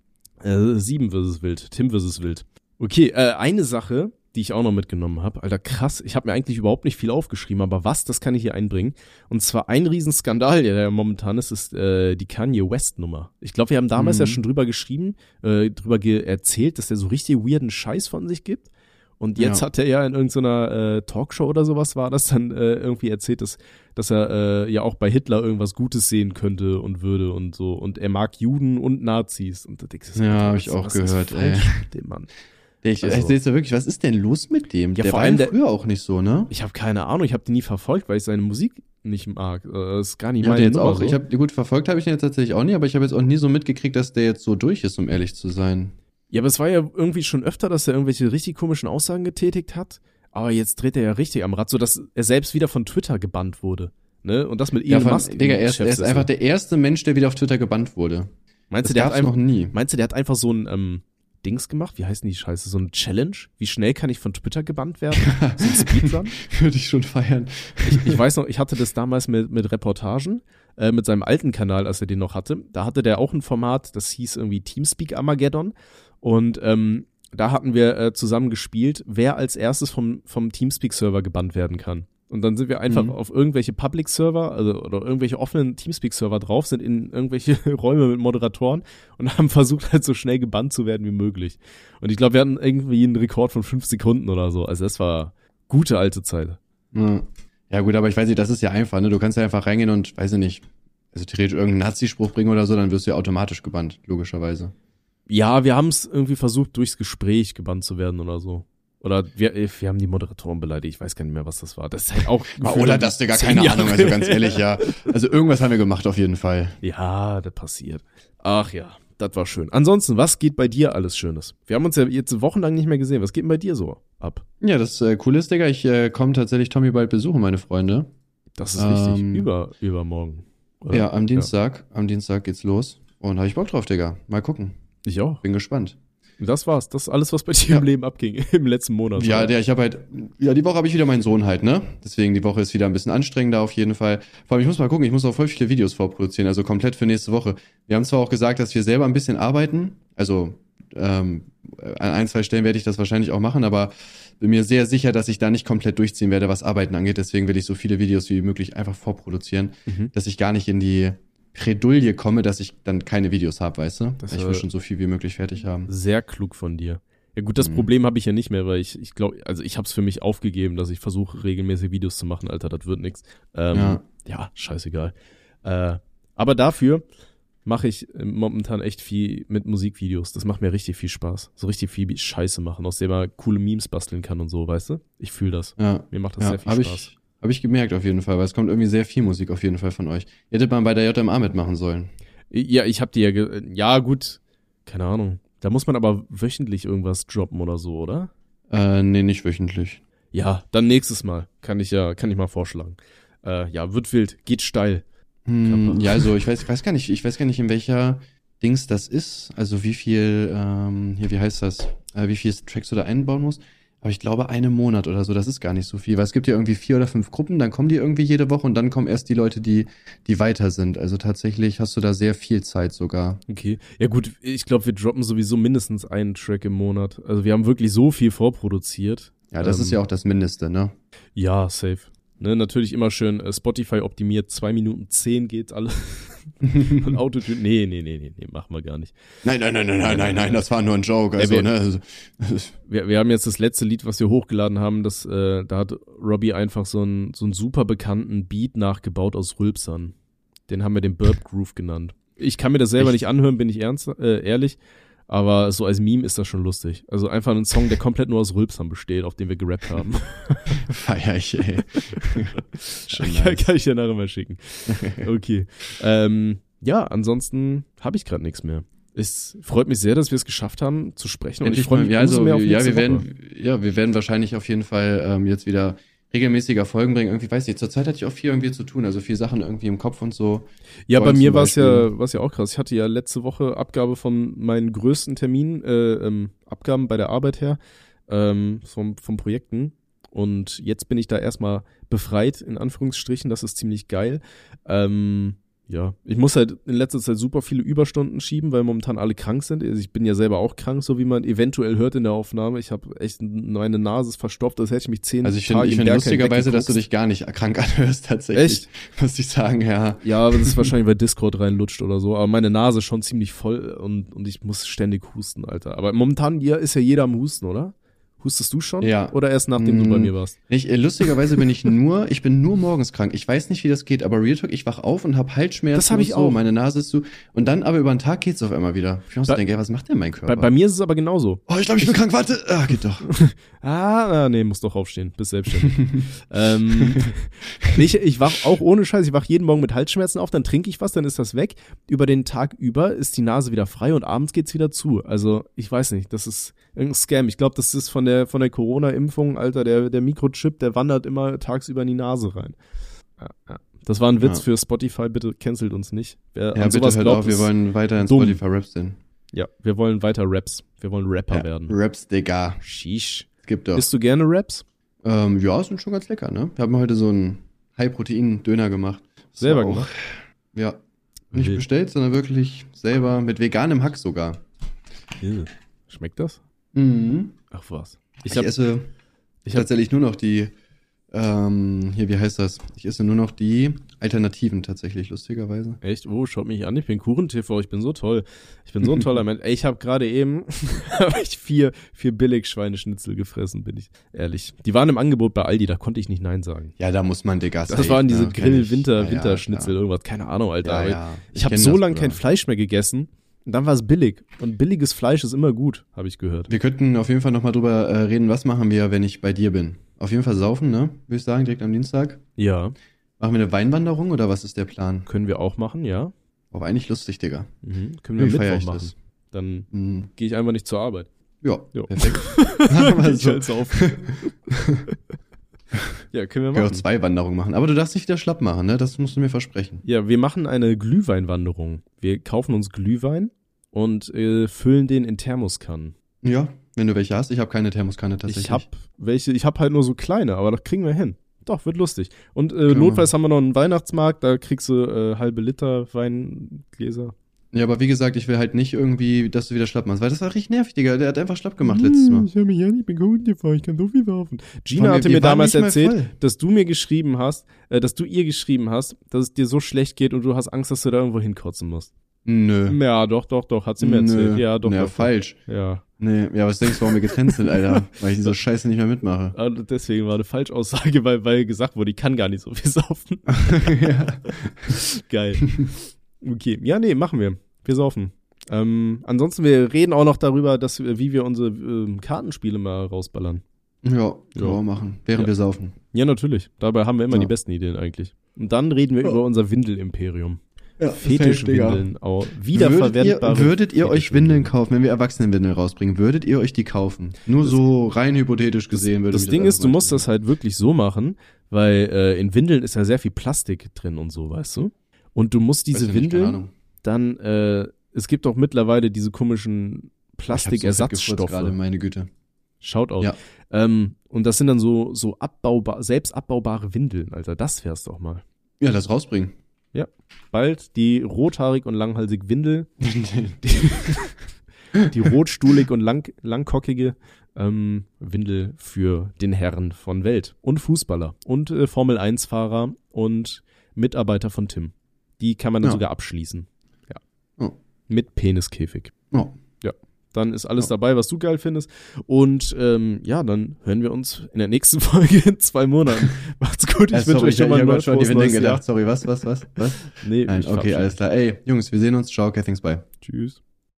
C: Äh, sieben versus wild. Tim versus wild. Okay, äh, eine Sache, die ich auch noch mitgenommen habe. Alter, krass. Ich habe mir eigentlich überhaupt nicht viel aufgeschrieben, aber was, das kann ich hier einbringen. Und zwar ein Riesenskandal, der da momentan ist, ist äh, die Kanye West-Nummer. Ich glaube, wir haben damals
B: Mhm.
C: ja schon drüber geschrieben, äh, drüber ge erzählt, dass der so richtig weirden Scheiß von sich gibt. Und jetzt
B: Ja.
C: hat er ja in irgendeiner äh, Talkshow oder sowas war das dann äh, irgendwie erzählt, dass, dass er äh, ja auch bei Hitler irgendwas Gutes sehen könnte und würde und so. Und er mag Juden und Nazis. Und da denkst du, so,
B: Ja,
C: Alter,
B: hab
C: was-
B: ich auch
C: was ist
B: gehört,
C: falsch mit dem Mann.
B: [LAUGHS] Ich, ich
C: Also-
B: seh's ja wirklich, was ist denn los mit dem?
C: Ja,
B: der
C: vor
B: war
C: allem
B: ja
C: der-
B: früher auch nicht so, ne?
C: Ich habe keine Ahnung, ich habe den nie verfolgt, weil ich seine Musik nicht mag. Äh, Das ist gar nicht
B: Ich hab
C: meine
B: den jetzt
C: Nummer,
B: auch,
C: so.
B: ich hab, gut, verfolgt habe ich den jetzt tatsächlich auch nie, aber ich habe jetzt auch nie so mitgekriegt, dass der jetzt so durch ist, um ehrlich zu sein.
C: Ja, aber es war ja irgendwie schon öfter, dass er irgendwelche richtig komischen Aussagen getätigt hat. Aber jetzt dreht er ja richtig am Rad, so dass er selbst wieder von Twitter gebannt wurde. Ne? Und das mit
B: ja,
C: Elon
B: von,
C: Musk.
B: Digga, er ist, er
C: Chefsitz.
B: ist einfach der erste Mensch, der wieder auf Twitter gebannt wurde.
C: Meinst
B: Das
C: du, der hat
B: gab's
C: einfach,
B: noch nie.
C: meinst du, der hat einfach so ein ähm, Dings gemacht? Wie heißen die Scheiße? So ein Challenge? Wie schnell kann ich von Twitter gebannt werden? So ein Speedrun?
B: [LAUGHS] Würde ich schon feiern.
C: ich weiß noch, ich hatte das damals mit, mit Reportagen, äh, mit seinem alten Kanal, als er den noch hatte. Da hatte der auch ein Format, das hieß irgendwie Teamspeak Armageddon. Und ähm, da hatten wir äh, zusammen gespielt, wer als erstes vom, vom Teamspeak-Server gebannt werden kann. Und dann sind wir einfach
B: Mhm.
C: auf irgendwelche Public-Server also, oder irgendwelche offenen Teamspeak-Server drauf, sind in irgendwelche [LAUGHS] Räume mit Moderatoren und haben versucht, halt so schnell gebannt zu werden wie möglich. Und ich glaube, wir hatten irgendwie einen Rekord von fünf Sekunden oder so. Also das war gute alte Zeit.
B: Ja. ja, gut, aber ich weiß nicht, das ist ja einfach, ne? Du kannst ja einfach reingehen und, weiß ich nicht, also theoretisch irgendeinen Nazi-Spruch bringen oder so, dann wirst du ja automatisch gebannt, logischerweise.
C: Ja, wir haben es irgendwie versucht, durchs Gespräch gebannt zu werden oder so. Oder wir, äh, wir haben die Moderatoren beleidigt, ich weiß gar nicht mehr, was das war. Das ist halt auch.
B: [LAUGHS] Oder das, Digga,
C: Zehn
B: keine
C: Jahre.
B: Ahnung, also ganz ehrlich, ja. Also irgendwas haben wir gemacht auf jeden Fall.
C: [LAUGHS] Ja, das passiert. Ach ja, das war schön. Ansonsten, was geht bei dir alles Schönes? Wir haben uns ja jetzt wochenlang nicht mehr gesehen. Was geht denn bei dir so ab?
B: Ja, das äh, Coole ist, Digga, ich äh, komme tatsächlich Tommy bald besuchen, meine Freunde.
C: Das ist
B: Ähm,
C: richtig. Über, übermorgen. oder?
B: Ja, am Dienstag. Am Dienstag geht's los. Und habe ich Bock drauf, Digga. Mal gucken.
C: Ich auch.
B: Bin gespannt.
C: Das war's. Das ist alles, was bei dir im Leben abging [LAUGHS] im letzten Monat.
B: ja, der, ich habe halt, ja, die Woche habe ich wieder meinen Sohn halt, ne? Deswegen, die Woche ist wieder ein bisschen anstrengender auf jeden Fall. Vor allem, ich muss mal gucken, ich muss auch voll viele Videos vorproduzieren, also komplett für nächste Woche. Wir haben zwar auch gesagt, dass wir selber ein bisschen arbeiten, also ähm, an ein, zwei Stellen werde ich das wahrscheinlich auch machen, aber bin mir sehr sicher, dass ich da nicht komplett durchziehen werde, was Arbeiten angeht. Deswegen will ich so viele Videos wie möglich einfach vorproduzieren,
C: Mhm.
B: dass ich gar nicht in die Predulie komme, dass ich dann keine Videos habe, weißt du?
C: Das,
B: ich
C: äh,
B: will schon so viel wie möglich fertig haben.
C: Sehr klug von dir. Ja gut, das
B: Mhm.
C: Problem habe ich ja nicht mehr, weil ich, ich glaube, also ich habe es für mich aufgegeben, dass ich versuche, regelmäßig Videos zu machen. Alter, das wird nix. Ähm, ja.
B: Ja.
C: scheißegal. Äh, aber dafür mache ich äh, momentan echt viel mit Musikvideos. Das macht mir richtig viel Spaß. So richtig viel Scheiße machen, aus dem man coole Memes basteln kann und so, weißt du? Ich fühle das.
B: Ja.
C: Mir macht das sehr viel
B: hab
C: Spaß.
B: Ich, habe ich gemerkt auf jeden Fall, weil es kommt irgendwie sehr viel Musik auf jeden Fall von euch. Ihr hättet mal bei der JMA mitmachen sollen.
C: Ja, ich hab die ja, ge ja gut, keine Ahnung. Da muss man aber wöchentlich irgendwas droppen oder so, oder?
B: Äh, nee, nicht wöchentlich.
C: Ja, dann nächstes Mal. Kann ich ja, kann ich mal vorschlagen. Äh, ja, wird wild, geht steil.
B: Hm,
C: Kappa.
B: ja, also ich weiß, ich weiß gar nicht, ich weiß gar nicht, in welcher Dings das ist. Also wie viel, ähm, hier, wie heißt das? Äh, wie viel Tracks du da einbauen musst. Aber ich glaube, einen Monat oder so, das ist gar nicht so viel, weil es gibt ja irgendwie vier oder fünf Gruppen, dann kommen die irgendwie jede Woche und dann kommen erst die Leute, die, die weiter sind. Also tatsächlich hast du da sehr viel Zeit sogar.
C: Okay. Ja gut, ich glaube, wir droppen sowieso mindestens einen Track im Monat. Also wir haben wirklich so viel vorproduziert.
B: Ja, das
C: Ähm,
B: ist ja auch das Mindeste, ne?
C: Ja, safe. Ne, natürlich immer schön äh, Spotify optimiert, zwei Minuten zehn geht alles. Und Autotune. Nee, nee, nee, nee, nee, machen wir gar nicht.
B: Nein, nein, nein, nein, nein, nein, nein, das war nur ein Joke. Also,
C: wir-
B: ne, also,
C: Wir, wir haben jetzt das letzte Lied, was wir hochgeladen haben, das, äh, da hat Robbie einfach so einen, so einen super bekannten Beat nachgebaut aus Rülpsern. Den haben wir den Burp Groove genannt. Ich kann mir das selber
B: Echt?
C: nicht anhören, bin ich ernst, äh, ehrlich. Aber so als Meme ist das schon lustig. Also einfach ein Song, der komplett nur aus Rülpsern besteht, auf den wir
B: [LAUGHS]
C: gerappt haben. [LAUGHS]
B: Feier ich, ey. [LAUGHS] Schon
C: Kann,
B: nice.
C: kann ich dir nachher
B: [LAUGHS]
C: mal schicken. Okay. ähm, ja, ansonsten habe ich gerade nichts mehr. Es freut mich sehr, dass wir es geschafft haben zu sprechen. und ich
B: Endlich
C: freue
B: mal,
C: mich
B: ja,
C: umso
B: also,
C: mehr auf
B: ja,
C: nächste
B: wir
C: Woche.
B: werden, ja, wir werden wahrscheinlich auf jeden Fall ähm, jetzt wieder regelmäßiger Folgen bringen. Irgendwie, weiß nicht, zurzeit hatte ich auch viel irgendwie zu tun, also viel Sachen irgendwie im Kopf und so.
C: Ja, bei
B: wollen
C: mir
B: zum
C: war es ja,
B: Beispiel-
C: war's ja auch krass. Ich hatte ja letzte Woche Abgabe von meinen größten Terminen, äh, ähm, Abgaben bei der Arbeit her, ähm, vom, vom Projekten. Und jetzt bin ich da erstmal befreit, in Anführungsstrichen. Das ist ziemlich geil. Ähm, ja, ich muss halt in letzter Zeit super viele Überstunden schieben, weil momentan alle krank sind. Also ich bin ja selber auch krank, so wie man eventuell hört in der Aufnahme. Ich habe echt meine Nase ist verstopft, das hätte ich mich zehn
B: Also ich finde
C: Tage im
B: ich find
C: Berg
B: lustigerweise, dass du
C: weggekokst.
B: dich gar nicht krank [LAUGHS] anhörst, tatsächlich.
C: Echt?
B: Muss ich sagen, ja.
C: Ja,
B: [LAUGHS]
C: aber das ist wahrscheinlich, weil Discord reinlutscht oder so. Aber meine Nase ist schon ziemlich voll und, und ich muss ständig husten, Alter. Aber momentan hier ist ja jeder am Husten, oder? Hustest du schon?
B: Ja.
C: Oder erst nachdem du
B: Mm.
C: bei mir warst?
B: Ich, äh, lustigerweise bin ich
C: [LAUGHS]
B: nur, ich bin nur morgens krank. Ich weiß nicht, wie das geht, aber Real Talk, ich wach auf und habe Halsschmerzen
C: Das hab ich
B: und so,
C: auch.
B: meine Nase ist zu. Und dann aber über den Tag geht's auf einmal wieder. Ich muss
C: Bei-
B: denken, ey, was macht denn mein Körper?
C: Bei, bei mir ist es aber genauso.
B: oh, ich glaube, ich bin krank, warte. Ah, geht
C: [LAUGHS]
B: doch.
C: Ah, ah, nee, muss doch aufstehen. Bist selbstständig. [LAUGHS] ähm, nee, ich, ich wach auch ohne Scheiß. Ich wach jeden Morgen mit Halsschmerzen auf, dann trinke ich was, dann ist das weg. Über den Tag über ist die Nase wieder frei und abends geht's wieder zu. Also, ich weiß nicht. Das ist irgendein Scam. Ich glaube, das ist von der, von der Corona-Impfung, Alter. Der, der Mikrochip, der wandert immer tagsüber in die Nase rein. Ja, ja. Das war ein Witz
B: Ja.
C: für Spotify. Bitte cancelt uns nicht. Wer
B: Ja,
C: an
B: bitte
C: sowas
B: hört
C: glaubt,
B: auf, wir
C: ist-
B: wollen weiter in
C: dumm.
B: Spotify Raps denn.
C: ja, wir wollen weiter Raps. Wir wollen Rapper
B: Ja,
C: werden.
B: Raps, Digga.
C: Sheesh.
B: Es gibt doch.
C: Isst du gerne Raps?
B: Ähm, ja, sind schon ganz lecker, ne? Wir haben heute so einen High-Protein-Döner gemacht. Das
C: Selber
B: war auch-
C: gemacht?
B: Ja. Nicht
C: Wild.
B: bestellt, sondern wirklich selber mit veganem Hack sogar.
C: Schmeckt das?
B: Mhm.
C: Ach was.
B: Ich,
C: Ich hab,
B: esse
C: ich hab,
B: tatsächlich nur noch die, ähm, hier, wie heißt das? Ich esse nur noch die Alternativen tatsächlich, lustigerweise.
C: echt, oh, schaut mich an, ich bin Kuchen-TV, ich bin so toll. Ich bin so
B: [LAUGHS]
C: ein toller Mensch. Ey, Ich habe gerade eben [LAUGHS] hab ich vier, vier Billig-Schweineschnitzel gefressen, bin ich ehrlich. Die waren im Angebot bei Aldi, da konnte ich nicht Nein sagen.
B: Ja, da muss man, Digga.
C: Das
B: safe,
C: waren diese
B: ne? Kenn ich. Ja, ja,
C: Grill-Winter-Winterschnitzel,
B: klar.
C: irgendwas, keine Ahnung, Alter.
B: Ja,
C: aber
B: ja.
C: Ich habe
B: kenn
C: so
B: das,
C: lange kein
B: Bruder.
C: Fleisch mehr gegessen und dann war es billig. Und billiges Fleisch ist immer gut, habe ich gehört.
B: Wir könnten auf jeden Fall nochmal drüber äh, reden, was machen wir, wenn ich bei dir bin. Auf jeden Fall saufen, ne? Würde ich sagen, direkt am Dienstag.
C: Ja,
B: Machen wir eine Weinwanderung oder was ist der Plan?
C: können wir auch machen, ja.
B: Auch eigentlich lustig, Digga.
C: Mhm. Können wir
B: Wie feier
C: Mittwoch
B: ich
C: machen.
B: das?
C: Dann
B: Hm,
C: gehe ich einfach nicht zur Arbeit.
B: ja,
C: Jo. [LAUGHS]
B: perfekt. [LAUGHS] Also, Machen wir
C: Ich
B: so.
C: hält's auf. [LAUGHS] ja, können wir
B: Können wir auch
C: machen.
B: zwei Wanderungen machen. Aber du darfst nicht wieder schlapp machen, ne? Das musst du mir versprechen.
C: Ja, wir machen eine Glühweinwanderung. Wir kaufen uns Glühwein und äh, füllen den in Thermoskannen.
B: Ja, wenn du welche hast. Ich habe keine Thermoskanne tatsächlich.
C: Ich hab welche, ich hab halt nur so kleine, aber das kriegen wir hin. Doch, wird lustig. Und äh,
B: Genau.
C: notfalls haben wir noch einen Weihnachtsmarkt, da kriegst du äh, halbe Liter Weingläser.
B: Ja, aber wie gesagt, ich will halt nicht irgendwie, dass du wieder schlapp machst. Weil das war richtig nervig, Digga. Der hat einfach schlapp gemacht letztes Mal.
C: Hm, Ich hab mich ja nicht bekommen, ich kann so viel werfen.
B: Vor
C: Gina
B: allem,
C: hatte
B: wir
C: mir
B: waren
C: damals
B: nicht mal
C: erzählt,
B: voll.
C: dass du mir geschrieben hast, äh, dass du ihr geschrieben hast, dass es dir so schlecht geht und du hast Angst, dass du da irgendwo hinkotzen musst.
B: Nö.
C: Ja, doch, doch, doch, hat Hm, sie mir erzählt.
B: Nö.
C: Ja, doch,
B: Naja,
C: doch.
B: falsch.
C: doch. Ja.
B: Nee, ja, was denkst du, warum wir getrennt sind,
C: [LAUGHS]
B: Alter? Weil ich diese Scheiße nicht mehr mitmache.
C: Also deswegen war eine Falschaussage, weil, weil gesagt wurde, ich kann gar nicht so viel [LAUGHS] saufen.
B: ja. [LAUGHS]
C: Geil. Okay. Ja, nee, machen wir. Wir saufen. Ähm, ansonsten, wir reden auch noch darüber, dass, wir- wie wir unsere ähm, Kartenspiele mal rausballern.
B: Ja,
C: Ja.
B: können wir auch machen. Während
C: Ja.
B: wir saufen.
C: Ja, natürlich. Dabei haben wir immer
B: Ja.
C: die besten Ideen eigentlich. Und dann reden wir
B: Ja.
C: über unser Windelimperium.
B: Ja,
C: Fetischwindeln, au-
B: Würdet ihr,
C: wiederverwendbare.
B: würdet ihr euch Windeln
C: Fetischwindeln.
B: kaufen, wenn wir Erwachsenenwindeln rausbringen? Würdet ihr euch die kaufen? Nur so rein hypothetisch gesehen würde
C: Das
B: mich
C: Ding ist, du
B: einfach
C: musst das halt wirklich so machen, weil äh, in Windeln ist ja sehr viel Plastik drin und so, weißt du? Und du musst
B: interessieren.
C: diese
B: Weiß ich nicht, keine
C: Windeln
B: Ahnung.
C: dann, äh, es gibt auch mittlerweile diese komischen
B: Ich hab so fett gefurzt
C: Plastikersatzstoffe.
B: gerade, meine Güte.
C: Shoutout.
B: Ja.
C: Ähm, und das sind dann so, so abbaubar, selbst abbaubare Windeln, Alter. Das wär's doch mal.
B: Ja, das
C: [LAUGHS]
B: rausbringen. [LAUGHS]
C: Bald die rothaarig und langhalsig Windel, die rotstuhlig und lang, langkockige ähm, Windel für den Herren von Welt und Fußballer und äh, Formel 1-Fahrer und Mitarbeiter von Tim. Die kann man dann
B: Ja.
C: sogar abschließen. Ja.
B: Oh.
C: Mit Peniskäfig.
B: Oh.
C: Dann ist alles
B: Ja.
C: dabei, was du geil findest. Und ähm, ja, dann hören wir uns in der nächsten [LAUGHS] Folge in zwei Monaten. Macht's gut, ich
B: Äh,
C: wünsche
B: sorry,
C: euch schon
B: ich-
C: mal
B: ich hab grad
C: ein neues
B: schon an die
C: frohes
B: Windeln
C: neues Jahr.
B: gedacht. Sorry, was, was, was? was?
C: Nee,
B: Nein,
C: ich
B: okay,
C: verabschiede.
B: alles klar. Ey, Jungs, wir sehen uns. Ciao, okay, thanks, bye.
C: Tschüss.